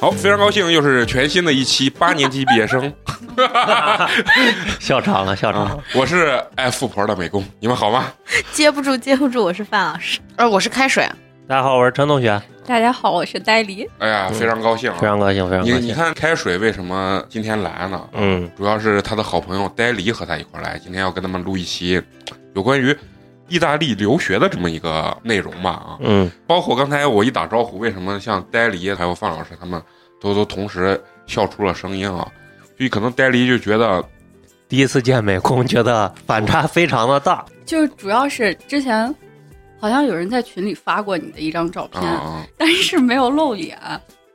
好，非常高兴，又是全新的一期八年级毕业 生，笑场了，笑场了。我是爱富婆的美工，你们好吗？接不住， 接不住，我是范老师。呃，我是开水，大家好，我是陈同学，大家好，我是呆梨。哎呀，非常高兴嗯非啊！常高兴，非常你高你兴。看开水为什么今天来呢？嗯，主要是他的好朋友呆梨和他一块儿来，今天要跟他们录一期有关于意大利留学的这么一个内容吧啊。嗯，包括刚才我一打招呼，为什么像呆梨还有范老师他们都都同时笑出了声音啊？就可能呆梨就觉得第一次见美工，觉得反差非常的大。就是主要是之前好像有人在群里发过你的一张照啊片，啊，但是没有露脸，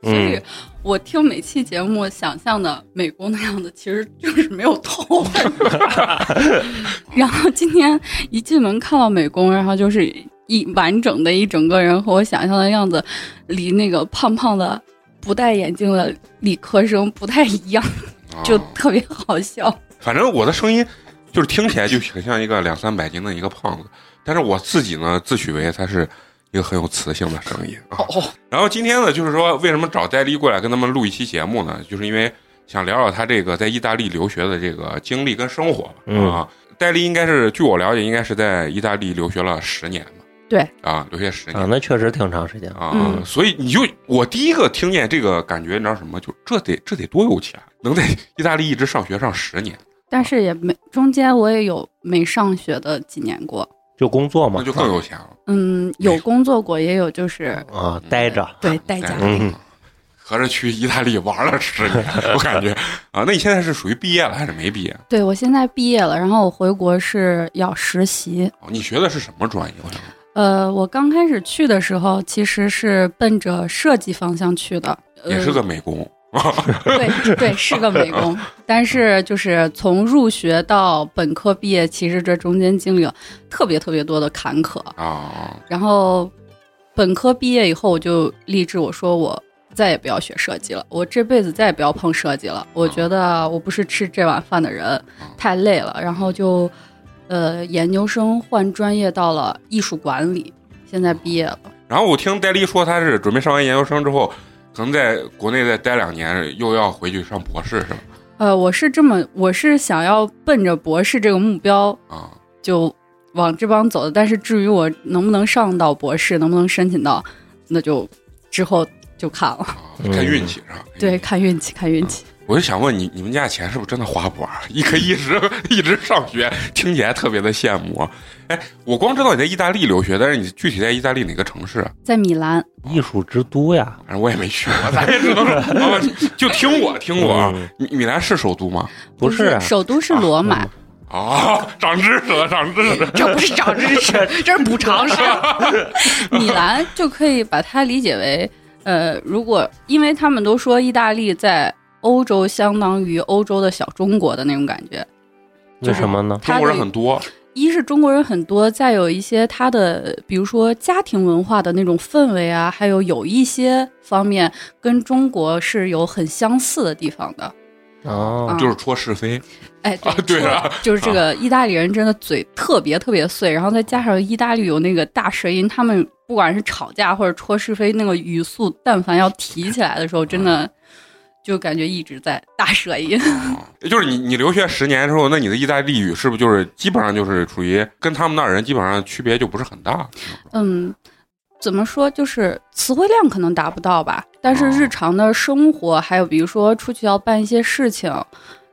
所以嗯，我听每期节目想象的美工的样子，其实就是没有头发。 然后今天一进门看到美工，然后就是一完整的一整个人和我想象的样子，离那个胖胖的。不戴眼镜的理科生不太一样，啊就特别好笑。反正我的声音就是听起来就很像一个两三百斤的一个胖子，但是我自己呢自诩为他是一个很有磁性的声音啊。哦然后今天呢，就是说为什么找戴笠过来跟他们录一期节目呢？就是因为想聊聊他这个在意大利留学的这个经历跟生活吧嗯啊。戴笠应该是据我了解，应该是在意大利留学了十年吧？对啊，留学十年啊，那确实挺长时间了。啊，嗯所以你就我第一个听见这个感觉，你知道什么？就这得这得多有钱，能在意大利一直上学上十年。但是也没中间我也有没上学的几年过，就工作嘛，那就更有钱了。嗯，有工作过，也有就是啊，嗯待着。对代驾。嗯 合着去意大利玩了十 年，我感觉啊，那你现在是属于毕业了还是没毕业？对我现在毕业了，然后我回国是要实习。哦你学的是什么专业？我想问呃，我刚开始去的时候其实是奔着设计方向去的，呃、也是个美工，对对是个 美工，但是就是从入学到本科毕业，其实这中间经历了特别特别多的坎坷。啊，然后本科毕业以后，我就立志，我说我再也不要学设计了，我这辈子再也不要碰设计了。我觉得我不是吃这碗饭的人，太累了。然后就呃，研究生换专业到了艺术管理，现在毕业了。然后我听戴笠说他是准备上完研究生之后，可能在国内再待两年，又要回去上博士是吧？呃，我是这么，我是想要奔着博士这个目标啊，就往这帮走的。但是至于我能不能上到博士，能不能申请到，那就之后就看了。 啊看运气是吧？嗯哎对，，看运气，看运气。我就想问你，你们家钱是不是真的花不完？啊一可以一直 一直上学，听起来特别的羡慕啊。哎，我光知道你在意大利留学，但是你具体在意大利哪个城市啊？在米兰，艺术之都呀，反正我也没去过，咱也知道，啊就听我听我啊嗯。米米兰是首都吗？不是啊是啊首都是罗马， 哦，长知识了，长知识了。这不是长知 识，这是补常识。米兰就可以把它理解为，呃，如果因为他们都说意大利在欧洲相当于欧洲的小中国的那种感觉，为什么呢？中它国的人很多，一是中国人很多，再有一些它的比如说家庭文化的那种氛围啊，还有有一些方面跟中国是有很相似的地方的。哦啊，就是戳是非哎，啊，对啊，就是这个意大利人真的嘴特别特别碎，然后再加上意大利有那个大舌音，他们不管是吵架或者戳是非，那个语速但凡要提起来的时候，真的就感觉一直在大舌音。 哦就是你你留学十年之后，那你的意大利语是不是就是基本上就是属于跟他们那儿人基本上区别就不是很大？嗯，怎么说，就是词汇量可能达不到吧，但是哦日常的生活，还有比如说出去要办一些事情，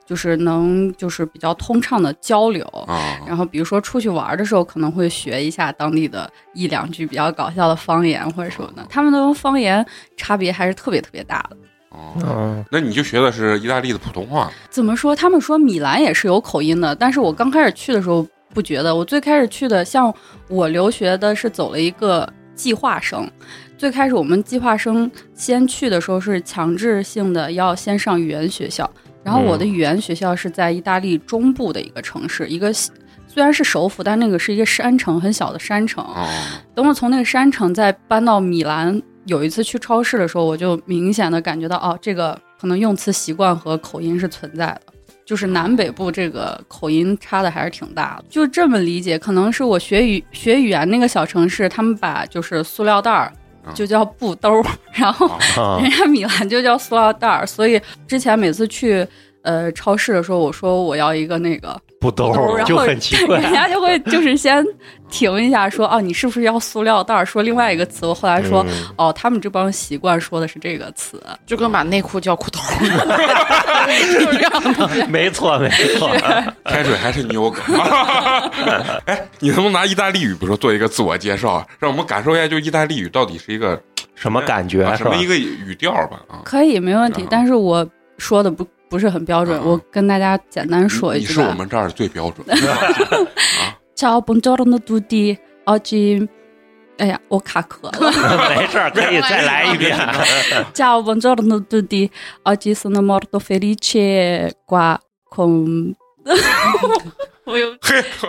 就是能就是比较通畅的交流。啊然后比如说出去玩的时候，可能会学一下当地的一两句比较搞笑的方言或者什么的。他们的方言差别还是特别特别大的。哦，嗯，那你就学的是意大利的普通话怎么说？他们说米兰也是有口音的，但是我刚开始去的时候不觉得。我最开始去的，像我留学的是走了一个计划生。最开始我们计划生先去的时候是强制性的要先上语言学校，然后我的嗯语言学校是在意大利中部的一个城市，一个虽然是首府，但那个是一个山城，很小的山城。啊，等我从那个山城再搬到米兰，有一次去超市的时候，我就明显的感觉到，哦，这个可能用词习惯和口音是存在的，就是南北部这个口音差的还是挺大的。就这么理解，可能是我学语学语言那个小城市，他们把就是塑料袋儿就叫布兜儿， 然哦后啊人家米兰就叫塑料袋儿，所以之前每次去呃超市的时候，我说我要一个那个，不兜 兜儿然后就很奇 怪人。家就会就是先停一下说，哦，你是不是要塑料袋儿？说另外一个词，我后来说、嗯哦，他们这帮习惯说的是这个词，就跟把内裤叫裤头儿，就是这样 的。没错没错，开水还是牛梗。 哎，你能不能拿意大利语，比如说做一个自我介绍，啊让我们感受一下，就意大利语到底是一个什么感觉啊是什吧么？一个语调吧？啊，可以，没问然题后，但是我说的不不是很标准，嗯我跟大家简单说你一你句是吧。 我们这儿最标准的。 Ciao, buongiorno tutti. Oggi 哦哎呀，我卡壳了。 没事儿，可以再来一遍。 Ciao, buongiorno tutti. Oggi sono molto felice qua con 我有嘿，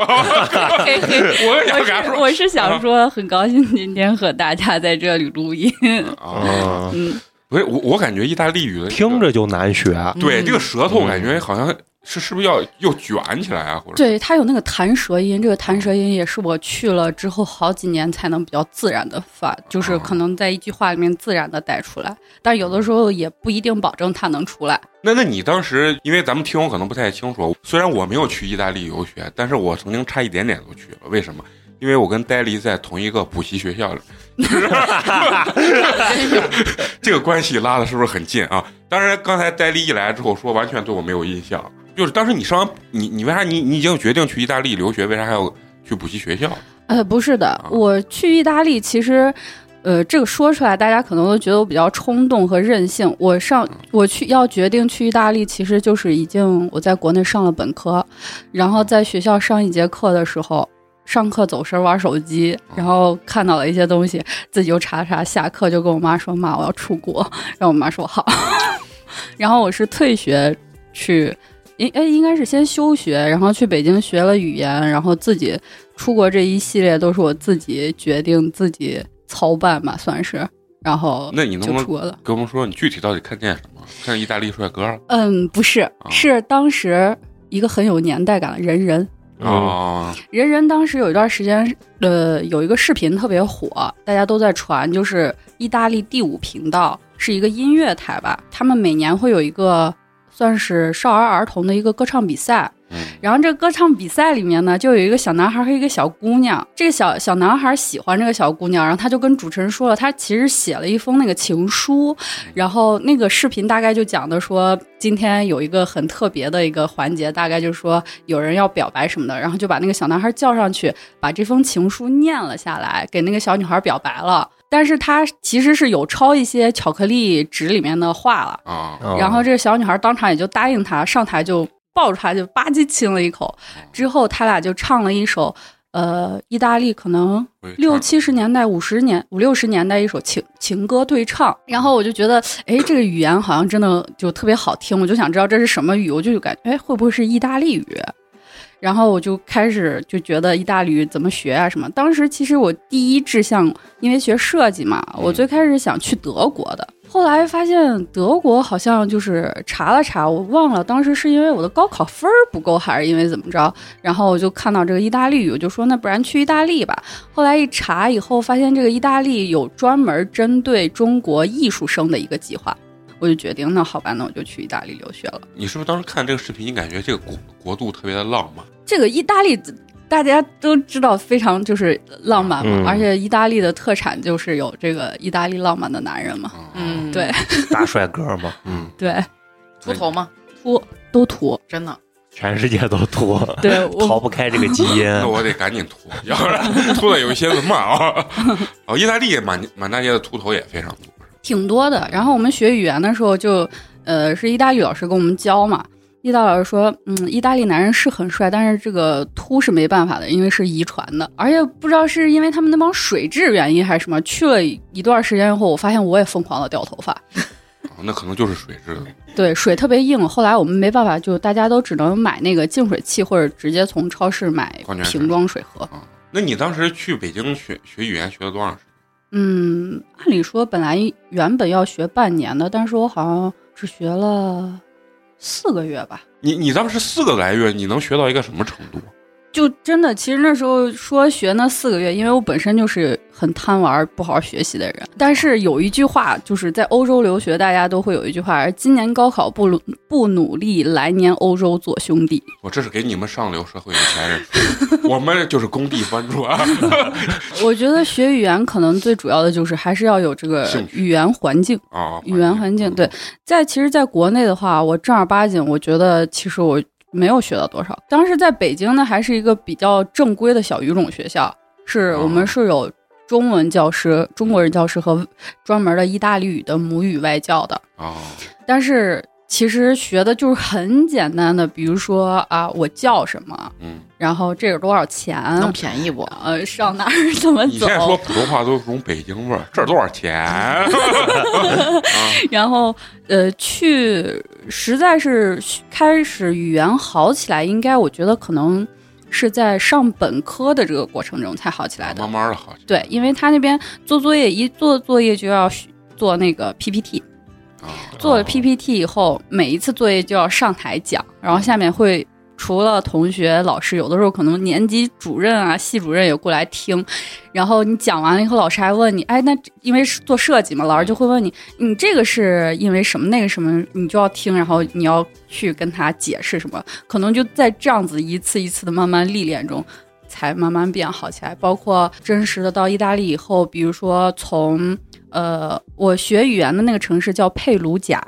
嘿嘿，我 也想我给他是说我是想说，很高兴今天和大家在这里录音。 啊， 嗯，嗯，所以我我感觉意大利语的这个听着就难学。对嗯这个舌头，感觉好像是是不是要又卷起来啊，或者对，它有那个弹舌音，这个弹舌音也是我去了之后好几年才能比较自然的发，就是可能在一句话里面自然的带出来，但有的时候也不一定保证它能出来。那那你当时，因为咱们听友可能不太清楚，虽然我没有去意大利游学，但是我曾经差一点点就去了。为什么？因为我跟戴笠在同一个补习学校里，这个关系拉的是不是很近啊？当然，刚才戴笠一来之后说完全对我没有印象，就是当时你上完你你为啥你你已经决定去意大利留学，为啥还要去补习学校？呃，不是的啊，我去意大利其实。呃，这个说出来，大家可能都觉得我比较冲动和任性。我上我去要决定去意大利，其实就是已经我在国内上了本科，然后在学校上一节课的时候，上课走神儿玩手机，哦然后看到了一些东西，自己就查查，下课就跟我妈说：“妈，我要出国。”然后我妈说：“好。” 然后我是退学去，应哎应该是先休学，然后去北京学了语言，然后自己出国这一系列都是我自己决定、自己操办吧，算是。然后那你能就不出能国了。跟我们说你具体到底看见什么？看见意大利帅哥了嗯，不是，是当时一个很有年代感的人人。嗯啊？人人当时有一段时间，呃，有一个视频特别火，大家都在传，就是意大利第五频道是一个音乐台吧，他们每年会有一个算是少儿儿童的一个歌唱比赛，嗯然后这歌唱比赛里面呢，就有一个小男孩和一个小姑娘。这个小小男孩喜欢这个小姑娘，然后他就跟主持人说了，他其实写了一封那个情书。然后那个视频大概就讲的说，今天有一个很特别的一个环节，大概就是说有人要表白什么的，然后就把那个小男孩叫上去，把这封情书念了下来，给那个小女孩表白了。但是他其实是有抄一些巧克力纸里面的话了。啊，然后这个小女孩当场也就答应他，上台就抱住他，就吧唧亲了一口。之后他俩就唱了一首，呃，意大利可能我也六看七十年代、五十年、五六十年代一首情情歌对唱。然后我就觉得，哎，这个语言好像真的就特别好听，我就想知道这是什么语，我就感觉，哎，会不会是意大利语？然后我就开始就觉得意大利语怎么学啊什么。当时其实我第一志向，因为学设计嘛，我最开始想去德国的。后来发现德国好像就是查了查，我忘了当时是因为我的高考分儿不够，还是因为怎么着？然后我就看到这个意大利语，我就说那不然去意大利吧。后来一查以后，发现这个意大利有专门针对中国艺术生的一个计划，我就决定那好吧，那我就去意大利留学了。你是不是当时看这个视频，你感觉这个国国度特别的浪漫？这个意大利大家都知道非常就是浪漫嘛，嗯而且意大利的特产就是有这个意大利浪漫的男人嘛，嗯，嗯，对大帅哥嘛，嗯，对，秃头吗？秃都秃，真的，全世界都秃，对逃我不开这个基因。那我得赶紧秃，要不然 秃的有一些怎么啊？哦，意大利满满大街的秃头也非常多。挺多的。然后我们学语言的时候就，呃，是意大利老师给我们教嘛。意大利老师说，嗯，意大利男人是很帅，但是这个秃是没办法的，因为是遗传的，而且不知道是因为他们那帮水质原因还是什么。去了一段时间以后，我发现我也疯狂的掉头发，哦那可能就是水质的，对，水特别硬。后来我们没办法，就大家都只能买那个净水器，或者直接从超市买矿泉水瓶装水喝。那你当时去北京学学语言学了多长时间？嗯，按理说本来原本要学半年的，但是我好像只学了四个月吧。你你当时四个来月，你能学到一个什么程度？啊就真的，其实那时候说学那四个月，因为我本身就是很贪玩、不好好学习的人。但是有一句话，就是在欧洲留学，大家都会有一句话：今年高考不努不努力，来年欧洲做兄弟。我哦这是给你们上流社会有钱人说的，我 们就是工地搬砖。啊 我觉得学语言可能最主要的就是还是要有这个兴语言环境。啊，语言环境对，在其实，在国内的话，我正儿八经，我觉得其实我没有学到多少。当时在北京呢，还是一个比较正规的小语种学校，是我们是有中文教师、中国人教师和专门的意大利语的母语外教的。啊，但是其实学的就是很简单的，比如说啊，我叫什么，嗯，然后这有多少钱，能便宜不？呃，上哪儿怎 么你走嗯现在，说普通话都有种北京味儿，这多少钱？啊然后呃，去实在是开始语言好起来，应该我觉得可能是在上本科的这个过程中才好起来 的慢。慢的好起对，因为他那边做作业一做作业就要学做那个 PPT，来啊，做了 PPT 以后，每一次作业就要上台讲，然后下面会。除了同学、老师，有的时候可能年级主任啊、系主任也过来听，然后你讲完了以后，老师还问你，哎，那因为是做设计嘛，老师就会问你，你这个是因为什么，那个什么，你就要听，然后你要去跟他解释什么，可能就在这样子一次一次的慢慢历练中，才慢慢变好起来。包括真实的到意大利以后，比如说从呃，我学语言的那个城市叫佩鲁贾，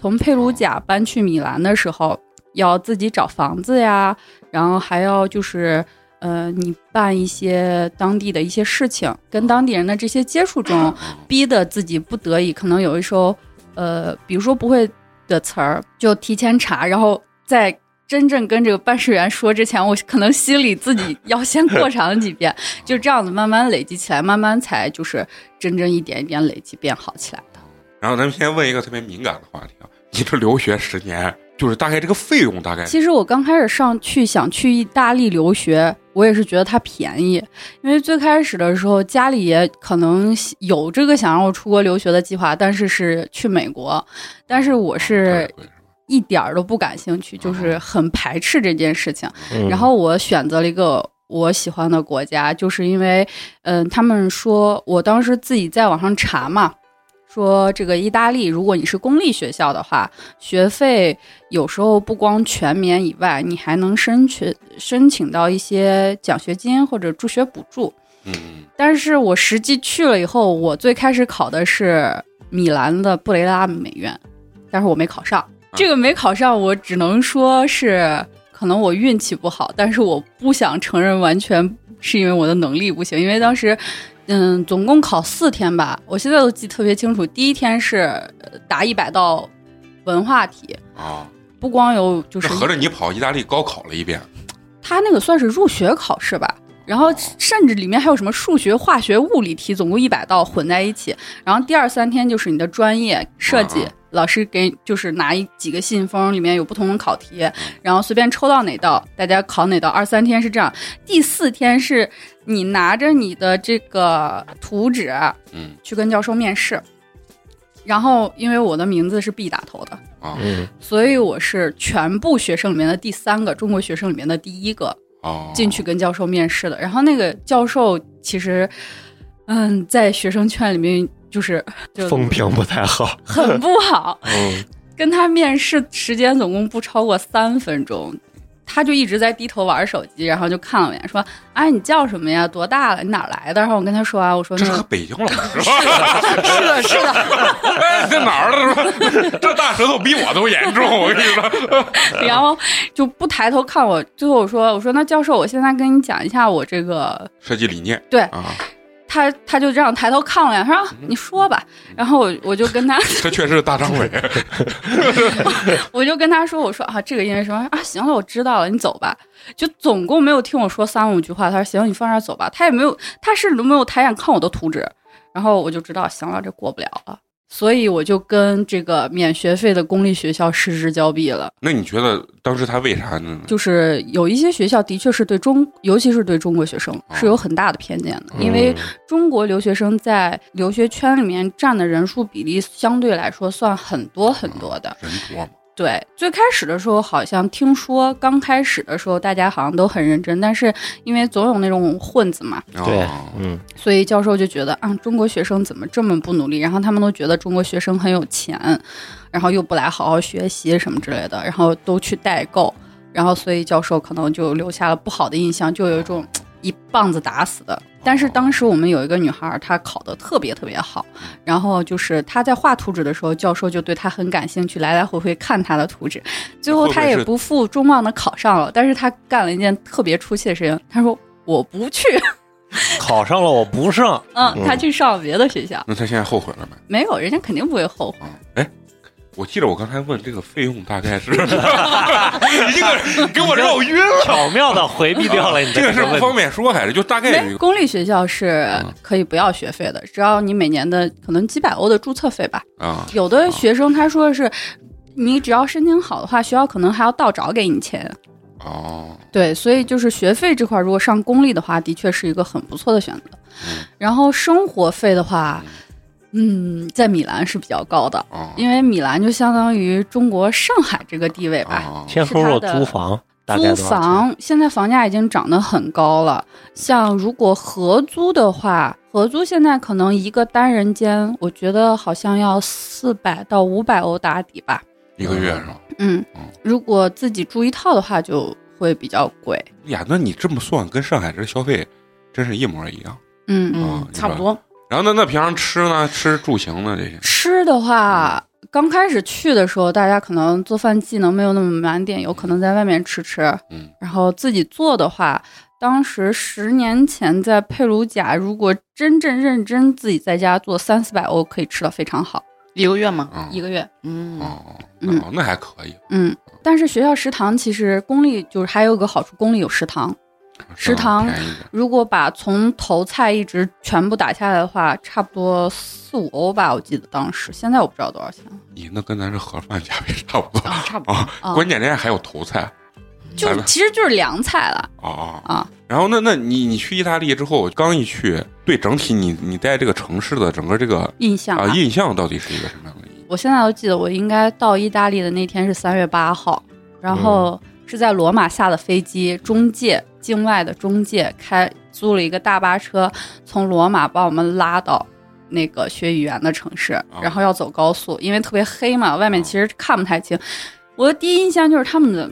从佩鲁贾搬去米兰的时候，要自己找房子呀，然后还要就是。呃，你办一些当地的一些事情，跟当地人的这些接触中，逼得自己不得已，可能有一时候，呃，比如说不会的词儿，就提前查，然后在真正跟这个办事员说之前，我可能心里自己要先过场几遍， 就这样子慢慢累积起来，慢慢才就是真正一点一点累积变好起来的。然后咱们先问一个特别敏感的话题啊，你这留学十年，就是大概这个费用大概其实我刚开始上去想去意大利留学，我也是觉得它便宜，因为最开始的时候家里也可能有这个想让我出国留学的计划，但是是去美国，但是我是大概一点儿都不感兴趣，就是很排斥这件事情。嗯然后我选择了一个我喜欢的国家，就是因为，嗯、他们说我当时自己在网上查嘛，说这个意大利，如果你是公立学校的话，学费有时候不光全免以外，你还能申请申请到一些奖学金或者助学补助。嗯，但是我实际去了以后，我最开始考的是米兰的布雷拉美院，但是我没考上。啊这个没考上，我只能说是可能我运气不好，但是我不想承认完全是因为我的能力不行，因为当时。嗯，总共考四天吧，我现在都记得特别清楚。第一天是呃答一百道文化题，嗯啊，不光有就是这合着你跑意大利高考了一遍，他那个算是入学考试吧。然后甚至里面还有什么数学、化学、物理题，总共一百道混在一起。然后第二三天就是你的专业设计嗯嗯，老师给就是拿一几个信封，里面有不同的考题，然后随便抽到哪道，大家考哪道。二三天是这样，第四天是你拿着你的这个图纸嗯去跟教授面试。然后因为我的名字是 B 打头的，啊嗯所以我是全部学生里面的第三个，中国学生里面的第一个。啊，进去跟教授面试的。然后那个教授其实，嗯，在学生圈里面就是 就风评不太好，。很不好 嗯跟他面试时间总共不超过三分钟，他就一直在低头玩手机，然后就看了我一眼，说：“哎，你叫什么呀？多大了？你哪来的？”然后我跟他说啊，我 说这那是个个北京老师吧？是的，是的。 哎，这哪儿的？是吧？ 这大舌头比我都严重，我跟你说。然后就不抬头看我。最后我说：“我说那教授，我现在跟你讲一下我这个设计理念对啊，他他就这样抬头看我一眼，他说、啊你说吧。”然后我我就跟他这确实是大张 伟。我就跟他说：“我说啊，这个因为什么啊？行了，我知道了，你走吧。”就总共没有听我说三五句话。他说：“行，你放这儿走吧。”他也没有，他甚至都没有抬眼看我的图纸。然后我就知道，行了，这过不了了。所以我就跟这个免学费的公立学校失之交臂了。那你觉得当时他为啥呢？就是有一些学校的确是对中，尤其是对中国学生是有很大的偏见的，因为中国留学生在留学圈里面占的人数比例相对来说算很多很多的。人多嘛，对，最开始的时候好像听说，刚开始的时候大家好像都很认真，但是因为总有那种混子嘛，对哦，嗯，所以教授就觉得啊，中国学生怎么这么不努力？然后他们都觉得中国学生很有钱，然后又不来好好学习什么之类的，然后都去代购，然后所以教授可能就留下了不好的印象，就有一种嘖一棒子打死的。但是当时我们有一个女孩儿，她考得特别特别好，然后就是她在画图纸的时候，教授就对她很感兴趣，来来回回看她的图纸，最后她也不负众望的考上了。但是她干了一件特别出戏的事情，她说我不去。考上了我不上，嗯，他去上别的学校，那他现在后悔了没？没有，人家肯定不会后悔。我记得我刚才问这个费用大 概是，你这个给我绕晕了，巧妙的回避掉了你这个个是不问方题。便说还是就大概有一没，个公立学校是可以不要学费的，只要你每年的可能几百欧的注册费吧。啊？有的学生他说的是，你只要申请好的话，学校可能还要倒找给你钱。哦，对，所以就是学费这块儿，如果上公立的话，的确是一个很不错的选择。嗯然后生活费的话，嗯，在米兰是比较高的，哦，因为米兰就相当于中国上海这个地位吧。哦先说说租房，大概多租少钱房现在房价已经涨得很高了，像如果合租的话，合租现在可能一个单人间，我觉得好像要四百到五百欧打底吧。一个月是吧？嗯哦嗯，如果自己住一套的话，就会比较贵。呀，那你这么算，跟上海这消费真是一模一样。嗯，哦嗯，差不多。然后那那平常吃呢，吃住行呢这些，吃的话，刚开始去的时候，大家可能做饭技能没有那么满点，有可能在外面吃吃。嗯，然后自己做的话，当时十年前在佩鲁贾，如果真正认真自己在家做，三四百欧可以吃的非常好，一个月吗？啊，一个月。嗯，哦，嗯哦，那还可以。嗯，但是学校食堂其实公立就是还有个好处，公立有食堂。食堂便宜一点如果把从头菜一直全部打下来的话，差不多四五欧吧，我记得当时。现在我不知道多少钱了。咦，那跟咱这盒饭价位差不多。哦啊，差不多。啊关键人家还有头菜就咱是们其实就是凉菜了啊啊！啊。然后那那你你去意大利之后，刚一去，对整体你你在这个城市的整个这个印象吧啊印象到底是一个什么样的印象？我现在都记得，我应该到意大利的那天是三月八号，然后嗯是在罗马下的飞机，中介境外的中介开租了一个大巴车，从罗马把我们拉到。那个学语言的城市，啊然后要走高速，因为特别黑嘛，外面其实看不太清。我的第一印象就是他们的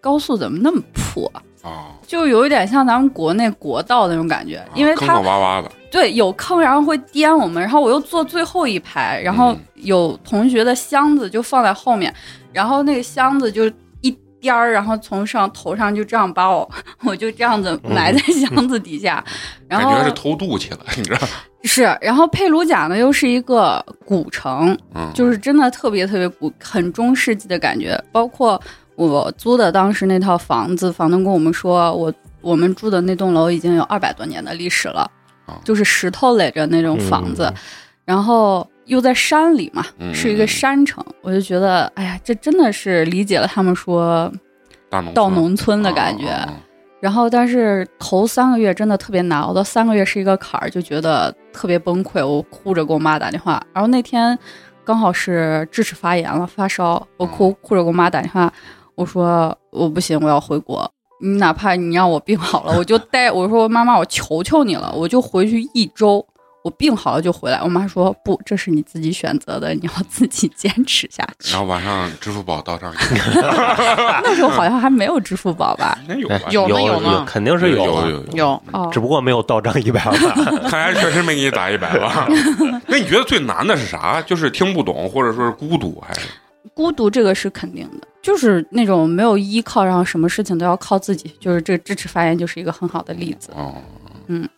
高速怎么那么破，啊，就有一点像咱们国内国道那种感觉，因为哦坑它坑洼洼的，对，有坑，然后会颠我们，然后我又坐最后一排，然后嗯有同学的箱子就放在后面，然后那个箱子就一颠儿，然后从上头上就这样把我， 我就这样子埋在箱子底下，然感后觉是偷渡去了，你知道？ 是，然后佩鲁贾呢又是一个古城，嗯，就是真的特别特别古，很中世纪的感觉。包括我租的当时那套房子，房东跟我们说，我我们住的那栋楼已经有二百多年的历史了啊，就是石头垒着那种房子，嗯然后又在山里嘛，嗯是一个山城，我就觉得，哎呀，这真的是理解了他们说大农到村农村的感觉。啊啊啊然后，但是头三个月真的特别难熬，到三个月是一个坎儿，就觉得特别崩溃。我哭着给我妈打电话，然后那天刚好是智齿发炎了，发烧，我哭哭着给我妈打电话，我说我不行，我要回国。你哪怕你让我病好了，我就待。 我说妈妈，我求求你了，我就回去一周。我病好了就回来。我妈说不，这是你自己选择的，你要自己坚持下 去。然后晚上支付宝到账一个，那时候好像还没有支付宝吧？应该有 哎吧？有呢有有呢肯定是有的有有有哦只，不过没有到账一百 万。看来确实没给你打一百 吧？那你觉得最难的是啥？就是听不懂，或者说是孤独，还是孤独这个是肯定的，就是那种没有依靠，然后什么事情都要靠自己，就是这个智齿发炎就是一个很好的例子。哦，嗯。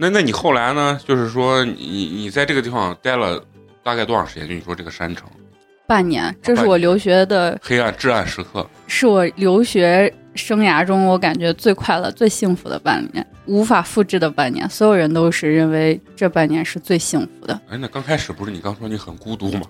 那那你后来呢？就是说你你在这个地方待了大概多长时间？就你说这个山城半年，这是我留学的，黑暗至暗时刻，是我留学生涯中我感觉最快乐、最幸福的半年，无法复制的半年。所有人都是认为这半年是最幸福的，哎，那刚开始不是你刚说你很孤独吗？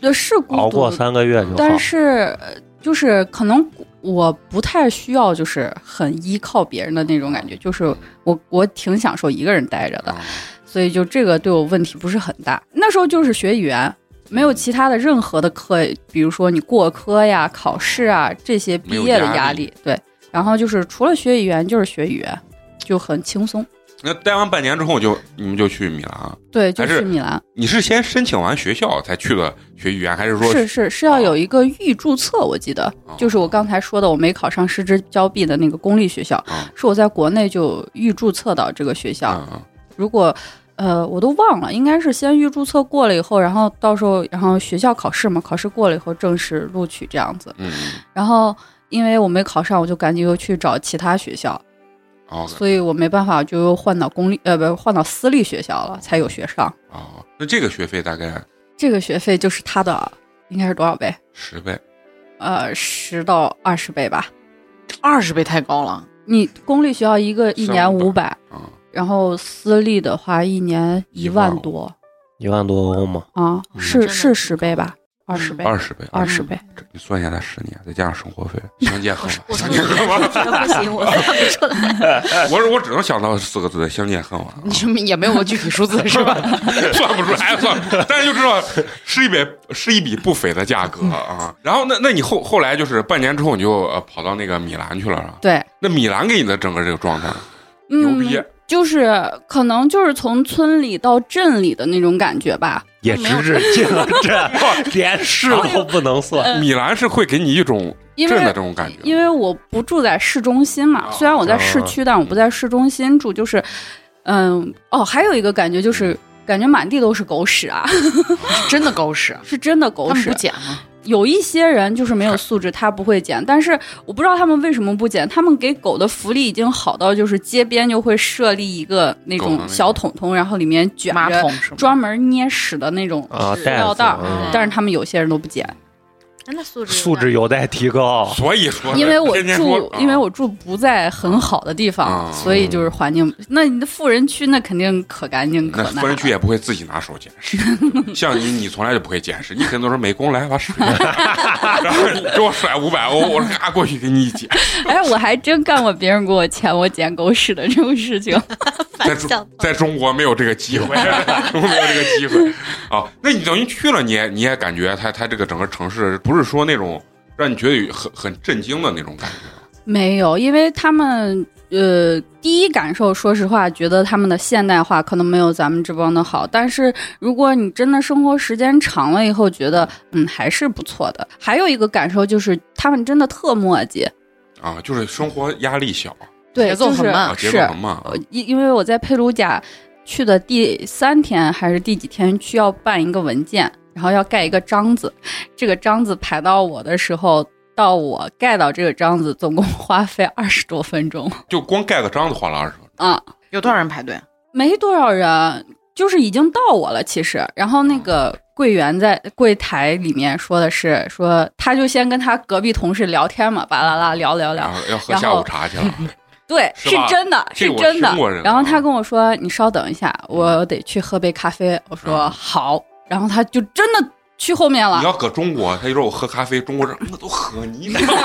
对，是孤熬独过的，三个月就好。但是呃就是可能我不太需要，就是很依靠别人的那种感觉，就是我我挺享受一个人待着的。啊所以就这个对我问题不是很大。那时候就是学语言，没有其他的任何的课，比如说你过科呀、考试啊这些毕业的没有压压力。对，然后就是除了学语言就是学语言，就很轻松。那待完半年之后就你们就去米兰，对，就还是去米兰，你是先申请完学校才去了学语言，还是说是是是要有一个预注册，我记得哦就是我刚才说的，我没考上失之交臂的那个公立学校哦，是我在国内就预注册到这个学校。嗯嗯如果呃我都忘了，应该是先预注册过了以后，然后到时候然后学校考试嘛，考试过了以后正式录取这样子。嗯嗯然后因为我没考上，我就赶紧又去找其他学校，哦所以我没办法，我就又换到公立呃不换到私立学校了，才有学上。哦，那这个学费大概这个学费就是它的应该是多少倍？十倍，呃，十到二十倍吧。二十倍太高了，你公立学校一个一年五百，嗯，然后私立的话一年一万多一万多欧嘛，啊，嗯是真的是是十倍吧？二十倍，二十倍，嗯二十倍。你算一下，他十年再加上生活费，相见恨晚。我相从见恨晚，不行，我看不出来。 我是我只能想到四个字：相见恨晚。 啊你说也没有个具体数字是吧？ 算不出来，算不出来，但是就知道是一笔是一笔不菲的价格啊。然后那那你后后来就是半年之后你就呃跑到那个米兰去了，是吧对，那米兰给你的整个这个状态牛嗯逼，，就是可能就是从村里到镇里的那种感觉吧。也只是进了这，连市都不能算。米兰是会给你一种呃因镇的为这种感觉，因为我不住在市中心嘛，哦虽然我在市区，但我不在市中心住，就是嗯哦，还有一个感觉就是。感觉满地都是狗屎啊， 真的狗屎，是真的狗他们屎不。捡吗？有一些人就是没有素质，他不会捡，但是我不知道他们为什么不捡。他们给狗的福利已经好到，就是街边就会设立一个那狗的那种个小桶桶，然后里面卷马着桶是吗？专门捏屎的那种啊，塑袋料子袋儿，嗯但是他们有些人都不捡，真的素质素质有待提高。所以说，因为我天天住说，嗯因为我住不在很好的地方，啊所以就是环境。那你的富人区那肯定可干净可啊那难了，富人区也不会自己拿手捡 拾，像你，你从来就不会捡拾，你可能都是美工来把水， 然后你给我甩五百欧，我说啊过去给你一捡，哎，我还真干过别人给我钱我捡狗屎的这种事情。在反中向在中国没有这个机会，中国没有这个机会啊。那你等于去了你，也你也感觉它它这个整个城市不是说那种让你觉得有很很震惊的那种感觉。没有，因为他们呃，第一感受，说实话，觉得他们的现代化可能没有咱们这帮的好。但是如果你真的生活时间长了以后，觉得嗯还是不错的。还有一个感受就是，他们真的特磨叽，啊，就是生活压力小对，节奏很慢啊，就是节是奏很慢啊呃因因为我在佩鲁贾去的第三天还是第几天需要办一个文件，然后要盖一个章子，这个章子排到我的时候。到我盖到这个章子，总共花费二十多分钟就光盖个章子花了二十分钟。啊！有多少人排队？没多少人，就是已经到我了。其实，然后那个柜员在柜台里面说的是，说他就先跟他隔壁同事聊天嘛，巴啦啦聊聊然聊，后要喝然下午后茶去了，对，是是吧真的，这是我真的听过这个。啊然后他跟我说：“你稍等一下，我得去喝杯咖啡。”我说：“嗯好。”然后他就真的去后面你了。要搁中国，他就说我喝咖啡，中国人我都喝你妈的，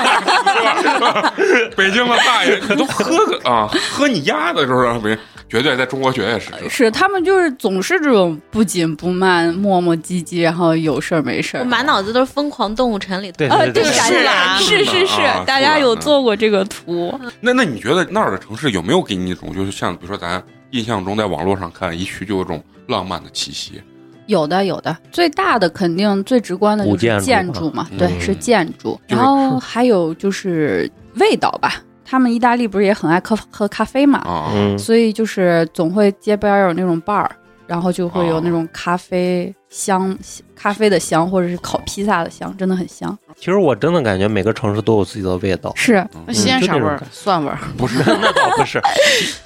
是吧北京的大爷你都喝个啊，喝你丫的，是不是？没绝对在中国绝对是这样。是他们就是总是这种不紧不慢、磨磨唧唧，然后有事儿没事我儿。满脑子都是《疯狂动物城》里头对啊，对对，是感啊觉是是是的是啊，大是家的有嗯做过这个图。那那你觉得那儿的城市有没有给你一种，就是像比如说咱印象中在网络上看一去就有种浪漫的气息？有的有的，最大的肯定最直观的就古建是筑建嘛筑嘛，嗯对，是建筑。就是然后还有就是味道吧，他们意大利不是也很爱喝喝咖啡嘛，啊，嗯，所以就是总会街边儿有那种伴儿，然后就会有那种咖啡香、咖啡的香，或者是烤披萨的香，真的很香。。其实我真的感觉每个城市都有自己的味道是那西安就啥这味种儿感？蒜味儿。嗯不是，那倒不是，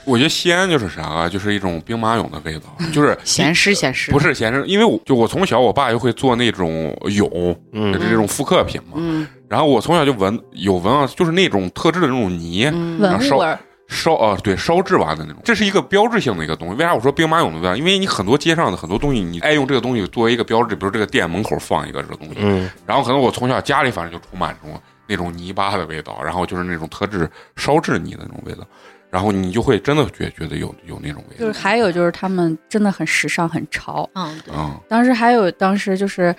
我觉得西安就是啥啊，就是一种兵马俑的味道，就是咸湿咸湿，不是，是闲着，因为我就我从小我爸就会做那种俑，就嗯是这种复刻品嘛。嗯然后我从小就闻有闻啊，就是那种特制的那种泥嗯，闻烧物味儿，烧啊，对，烧制完的那种，这是一个标志性的一个东西。为啥我说兵马俑的味道？因为你很多街上的很多东西，你爱用这个东西作为一个标志，比如这个店门口放一个这个东西，嗯，然后可能我从小家里反正就充满这种那种泥巴的味道，然后就是那种特制烧制泥的那种味道。然后你就会真的觉觉得有有那种味就是道，还有就是他们真的很时尚很潮。嗯，对嗯当时还有当时就是，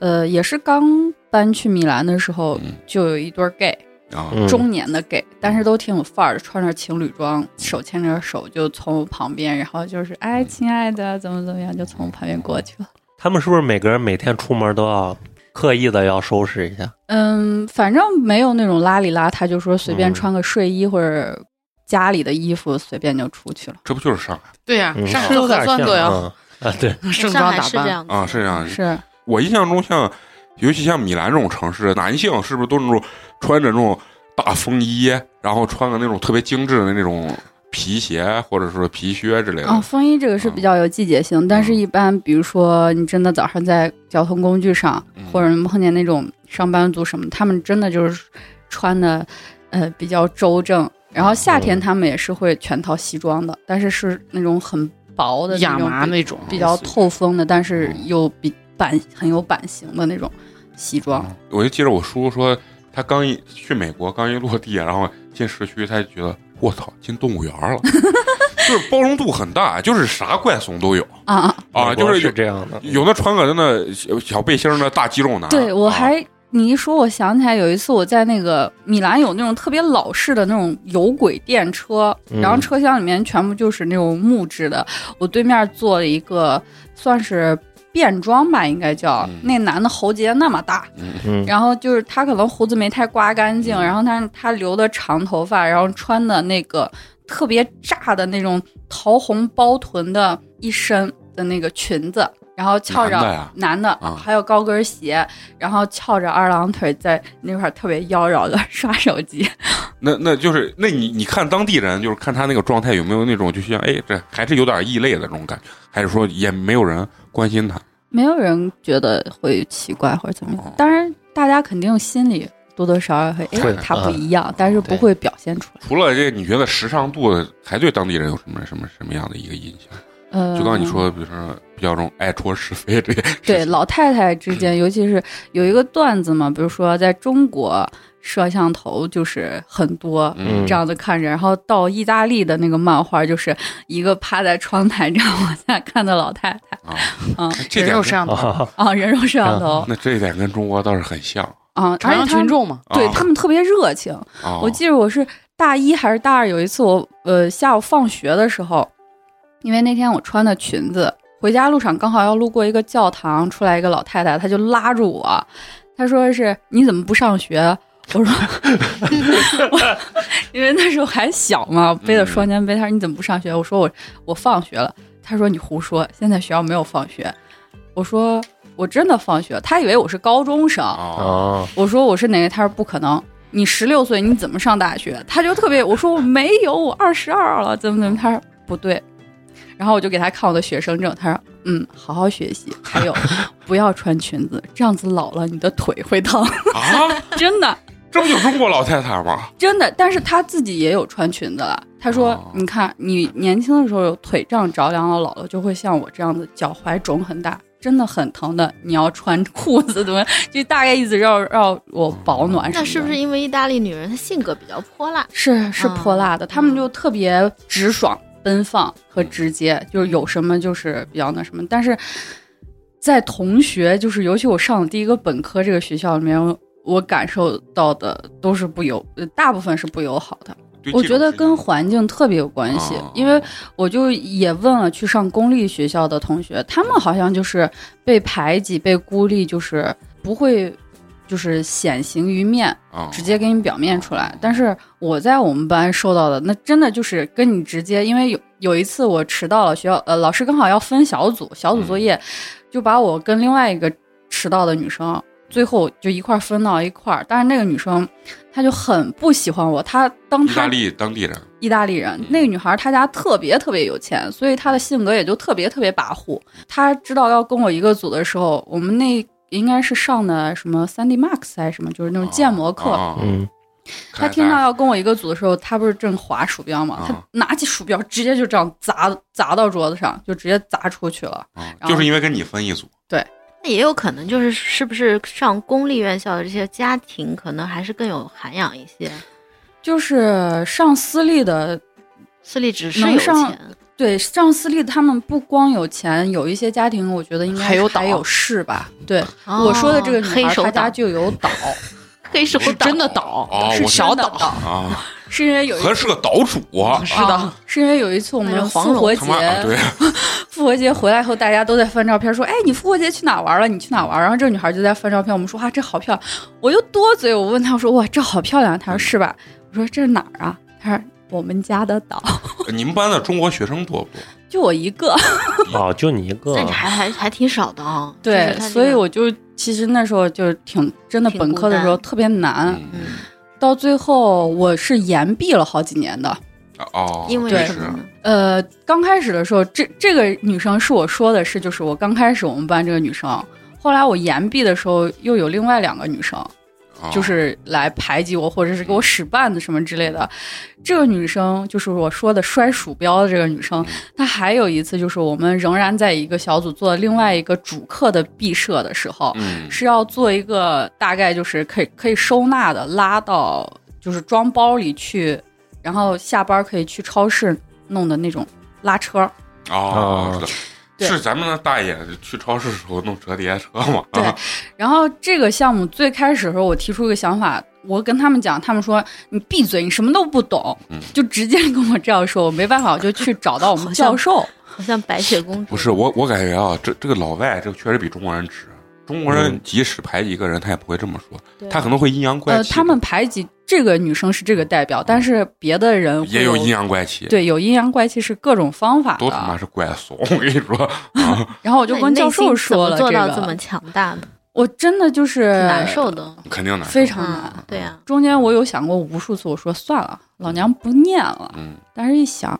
呃，也是刚搬去米兰的时候，嗯就有一对儿 gay，啊嗯中年的 gay，但是都挺有范儿，穿着情侣装，手牵着手就从我旁边，然后就是哎，亲爱的，怎么怎么样，就从我旁边过去了。他们是不是每个人每天出门都要刻意的要收拾一下？嗯，反正没有那种邋里邋遢，就说随便嗯穿个睡衣或者家里的衣服随便就出去了。这不就是上海对呀、嗯，上海是有核点酸像都要嗯啊，对， 盛上装海打是这扮，样子啊？是这样，是，我印象中像，尤其像米兰这种城市，男性是不是都那种穿着那种大风衣，然后穿个那种特别精致的那种皮鞋或者是皮靴之类的？哦，风衣这个是比较有季节性，但是一般比如说你真的早上在交通工具上，嗯或者能碰见那种上班族什么，他们真的就是穿的呃比较周正。然后哦夏天嗯他们也是会全套西装的，但是是那种很薄的亚那种麻比那种。比较透风的，但是哦又比版很有版型的那种西装。哦嗯我就记着我叔说，他刚一去美国，刚一落地，然后进市区，他就觉得我操，进动物园了，就是包容度很大，就是啥怪怂都有啊啊！啊，美国就是是这样的，有有的穿个那小小背心儿的大肌肉男，对我啊还、你一说，我想起来有一次我在那个米兰有那种特别老式的那种有轨电车，嗯然后车厢里面全部就是那种木质的，我对面坐了一个算是。变装吧，应该叫、嗯那男的喉结那么大，嗯，然后就是他可能胡子没太刮干净，嗯然后他他留的长头发，然后穿的那个特别炸的那种桃红包臀的一身的那个裙子，然后翘着男的呀男的啊还有高跟鞋，然后翘着二郎腿在那块儿特别妖娆的刷手机。 那那就是那你你看当地人，就是看他那个状态有没有那种，就像哎，这还是有点异类的那种感觉，还是说也没有人关心他？没有人觉得会奇怪或者怎么哦样，当然大家肯定心里多多少少会，会哎，的他不嗯一样，但是不对会表现出来。除了这，你觉得时尚度的，还对当地人有什么什么什么样的一个印象？呃，就刚刚你说的，比如说比较这种爱戳是非这些事情，对老太太之嗯间，尤其是有一个段子嘛，比如说在中国摄像头就是很多。嗯这样子看着，然后到意大利的那个漫画，就是一个趴在窗台这样往下看的老太太啊，嗯哎这人点跟肉摄像头，啊，啊，人肉摄像头那这一点跟中国倒是很像啊，而朝且阳他群们众哦嘛，对啊他们特别热情。啊。我记得我是大一还是大二，有一次我呃下午放学的时候，因为那天我穿的裙子，回家路上刚好要路过一个教堂，出来一个老太太，她就拉住我，她说是你怎么不上学？我说， 我因为那时候还小嘛，背着双肩背，她说你怎么不上学？我说我我放学了。她说你胡说，现在学校没有放学。我说我真的放学，她以为我是高中生。啊，哦啊，我说我是哪个？他说不可能，你十六岁你怎么上大学？他就特 别，我说我没有，我二十二了，怎么怎么？他说不对，然后我就给他看我的学生证，他说嗯，好好学习，还 有不要穿裙子，这样子老了你的腿会疼， 啊，真的这不就中国老太太吗？真的。但是他自己也有穿裙子了，他说、哦你看你年轻的时候有腿胀着凉了，老了就会像我这样子脚踝肿很大。真的很疼的，你要穿裤子，怎么就大概意思让让我保暖什么的。那是不是因为意大利女人她性格比较泼辣？是是嗯泼辣的，他们就特别直爽、奔放和直接，就是有什么就是比较那什么。但是在同学，就是尤其我上的第一个本科这个学校里面，我感受到的都是不友，呃大部分是不友好的。对我这觉种得事跟情环境特别有关系，啊因为我就也问了去上公立学校的同学，他们好像就是被排挤、被孤立，就是不会。就是显形于面，啊直接给你表面出来。但是我在我们班受到的，那真的就是跟你直接，因为有有一次我迟到了，学校呃老师刚好要分小组，小组作业、嗯就把我跟另外一个迟到的女生，最后就一块儿分到一块儿。但是那个女生她就很不喜欢我，她当意大她利当地人，嗯意大利人，那个女孩她家特别特别有钱，所以她的性格也就特别特别跋扈。她知道要跟我一个组的时候，我们那。应该是上的什么三 D Max 还是什么，就是那种建模课。啊，啊嗯，他听到要跟我一个组的时候，他不是正划鼠标嘛，啊他拿起鼠标直接就这样砸砸到桌子上，就直接砸出去了。啊然后就是因为跟你分一组，那也有可能就是是不是上公立院校的这些家庭可能还是更有涵养一些？就是上私立的私立只是能有上钱，对，上私立他们不光有钱，有一些家庭我觉得应该还有还岛有势吧。对，我说的这个哦女黑孩，手她家党，就有岛，黑手是党真的岛，哦是我小真的岛，岛，啊， 是因为有一和是个岛主啊，是的，是因为有一次我那们是黄复龙活他妈啊，节，对，复活节回来后，大家都在翻照片，说：“哎，你复活节去哪玩了？你去哪玩？”然后这个女孩就在翻照片，我们说：“哇，这好漂亮！”我又多嘴，我问她我说：“哇，这好漂亮啊！”她说：“嗯是吧？”我说：“这是哪儿啊？”她说：“我们家的岛， 你们班的中国学生多不多？就我一个。”哦，就你一个那你还还还挺少的啊。对，就是他这个所以我就其实那时候就挺真的，挺本孤科的时候单特别难，嗯，嗯，到最后我是延毕了好几年的。哦，因为确对什实么呢？呃，刚开始的时候，这这个女生是我说的是，就是我刚开始我们班这个女生，后来我延毕的时候又有另外两个女生，啊就是来排挤我，或者是给我使绊子什么之类的。这个女生就是我说的摔鼠标的这个女生，她还有一次就是我们仍然在一个小组做另外一个主课的毕设的时候，嗯，是要做一个大概就是可以可以收纳的，拉到就是装包里去，然后下班可以去超市弄的那种拉车。哦，是的。对是咱们那大爷去超市的时候弄折叠车嘛？对然后这个项目最开始的时候，我提出一个想法，我跟他们讲，他们说你闭嘴，你什么都不懂，嗯就直接跟我这样说，我没办法，我就去找到我们好像教授。好像白雪公主不是我，我感觉啊，这这个老外这个确实比中国人直。中国嗯人即使排挤一个人，他也不会这么说，他可能会阴阳怪呃，气的。嗯他们排挤这个女生是这个代表，但是别的人会也有阴阳怪气，对有阴阳怪气是各种方法都他妈的。是怪怂。我跟你说，然 后我我就跟教授说了做到个，这么强大 的，我真的就是挺难受，的。肯定的。非常难。嗯，对呀，中间我有想过无数次，我说算了，老娘不念了。嗯，但是一想，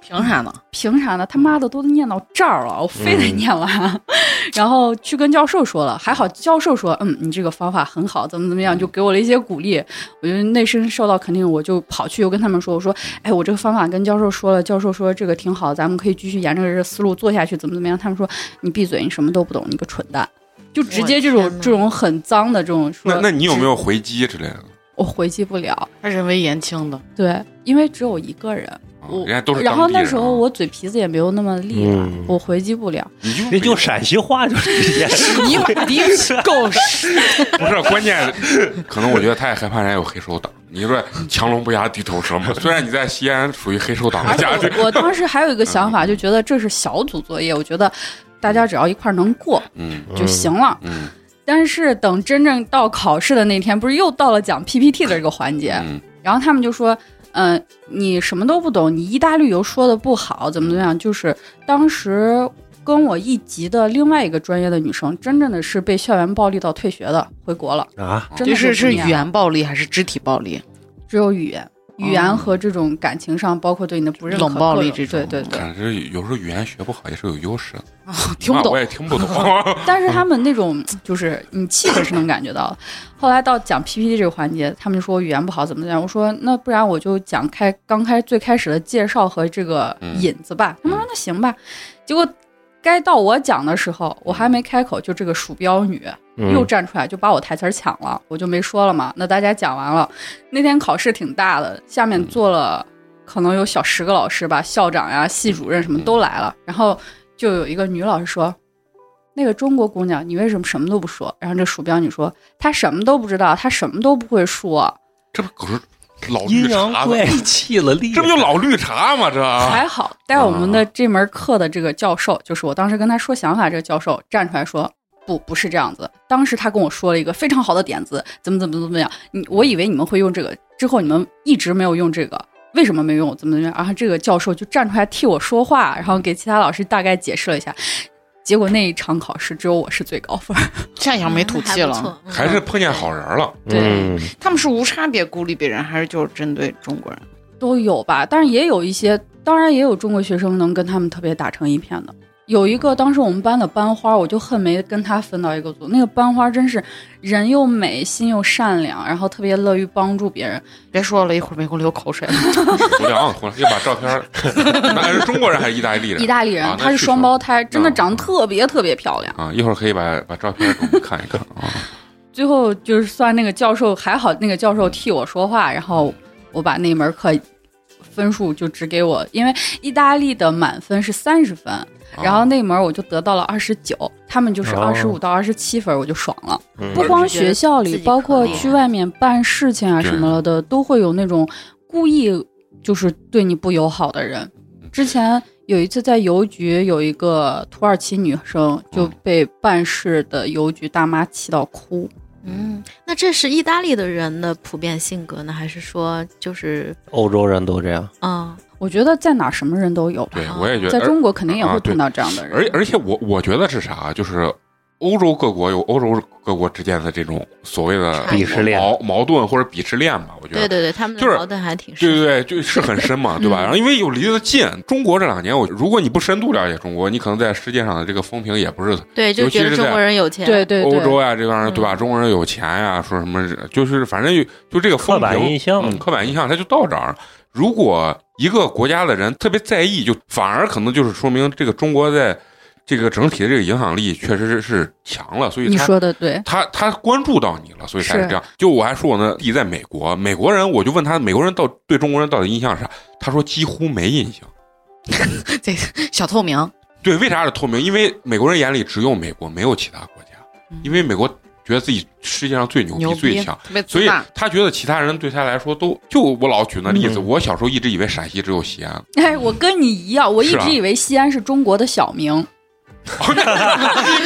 凭啥呢？凭啥呢？他妈的都念到这儿了，我非嗯得念完， 然后去跟教授说了，还好教授说，嗯，你这个方法很好，怎么怎嗯么样，就给我了一些鼓励。我就内心受到肯定，我就跑去又跟他们说，我说，哎，我这个方法跟教授说了，教授说这个挺好，咱们可以继续沿着这个思路做下去，怎么怎么样？他们说你闭嘴，你什么都不懂，你个蠢蛋。嗯就直接这我种天哪这种很脏的这种说，那那你有没有回击之类的？啊我回击不了？他人微言轻的，对，因为只有一个人，啊我人家都是然当后地那人时候啊我嘴皮子也没有那么利了，嗯我回击不了。你就那就陕西话就是这些，你妈的狗屎！不是关键，可能我觉得他也害怕人家有黑手党。你说强龙不压地头蛇嘛？虽然你在西安属于黑手党而且家，对我我当时还有嗯一个想法，就觉得这是小组作业，我觉得大家只要一块儿能过嗯就行了。嗯但是等真正到考试的那天，不是又到了讲 PPT 的这个环节，嗯，然后他们就说。嗯，你什么都不懂，你意大利游说的不好，怎么怎么样？就是当时跟我一级的另外一个专业的女生，真正的是被校园暴力到退学的，回国了，嗯啊，真这的是不是一样语言暴力还是肢体暴 力？只有语言，语言哦和这种感情上，包括对你的不认可、冷暴力各种这种对对对。看这有时候语言学不好也是有优势的，听不那我懂，也听不懂。但是他们那种就是你气氛是能感觉到 的。后来到讲 PPT 这个环节，他们就说我语言不好怎么怎么样，我说那不然我就讲开刚开最开始的介绍和这个嗯引子吧。他们说那行吧，结果。该到我讲的时候，我还没开口，就这个鼠标女又嗯站出来，就把我台词儿抢了，我就没说了嘛。那大家讲完了，那天考试挺大的，下面坐了可能有小十个老师吧，校长呀、系主任什么都来了。然后就有一个女老师说：“那个中国姑娘，你为什么什么都不说？”然后这鼠标女说：“她什么都不知道，她什么都不会说。这不可是老绿阴阳茶吗怪？气了，厉 害这不就老绿茶吗？这还好，带我们的这门课的这个教授，就是我当时跟他说想法，这个教授站出来说。不，不是这样子。当时他跟我说了一个非常好的点子，怎么怎么怎么样。你我以为你们会用这个，之后你们一直没有用这个，为什么没用？怎么怎么样？然后这个教授就站出来替我说话，然后给其他老师大概解释了一下。结果那一场考试，只有我是最高分。下扬眉吐气嗯还不了。错啊嗯还是碰见好人了。对嗯他们是无差别孤立别人，还是就是针对中国人？都有吧，但是也有一些，当然也有中国学生能跟他们特别打成一片的。有一个当时我们班的班花，我就恨没跟她分到一个组。那个班花真是人又美，心又善良，然后特别乐于帮助别人。别说了，一会儿没给我流口水了。我两个 混，又把照片儿，那是中国人还是意大利人？意大利人，啊那她是是双胞胎，真的嗯长得特别特别漂亮。啊，一会儿可以把把照片给我们看一看啊。最后就是算那个教授还好，那个教授替我说话，然后我把那门课分数就只给我，因为意大利的满分是三十分，然后那门我就得到了二十九，他们就是啊哦二十五到二十七分，我就爽了。嗯不光学校里，自己包括可以去外面办事情啊对什么了的，都会有那种故意就是对你不友好的人。之前有一次在邮局，有一个土耳其女生嗯就被办事的邮局大妈气到哭。嗯，那这是意大利的人的普遍性格呢，还是说就是欧洲人都这样，嗯我觉得在哪儿什么人都有吧，对我也觉在得，中国肯定也啊会对碰到这样的而而人。而且我我觉得是啥，就是欧洲各国有欧洲各国之间的这种所谓的差异鄙视链矛矛盾或者鄙视链吧，我觉得对对对，他们的就是矛盾还挺深。对对对，就是很深嘛，对吧？嗯然后因为又离得近，中国这两年我，如果你不深度了解中国，你可能在世界上的这个风评也不是对尤就其觉得是中在国人有钱。对嗯对欧洲啊对，呀、这帮人对吧？中国人有钱呀、说什么就是反正就这个刻风板印评，象。嗯，刻板印象它就到这儿。如果一个国家的人特别在意，就反而可能就是说明这个中国在这个整体的这个影响力确实是是强了，所以你他说的对，他他关注到你了，所以才是是这样。就我还说我呢，弟在美国，美国人我就问他，美国人到对中国人到底印象是啥？他说几乎没印象。这小透明，对，为啥是透明？因为美国人眼里只有美国，没有其他国家嗯。因为美国觉得自己世界上最牛逼、牛最逼，强，特别所自以大。他觉得其他人对他来说都就我老举那例子，嗯我小时候一直以为陕西只有西安， 哎，我跟你一样，我一是啊直以为西安是中国的小名。比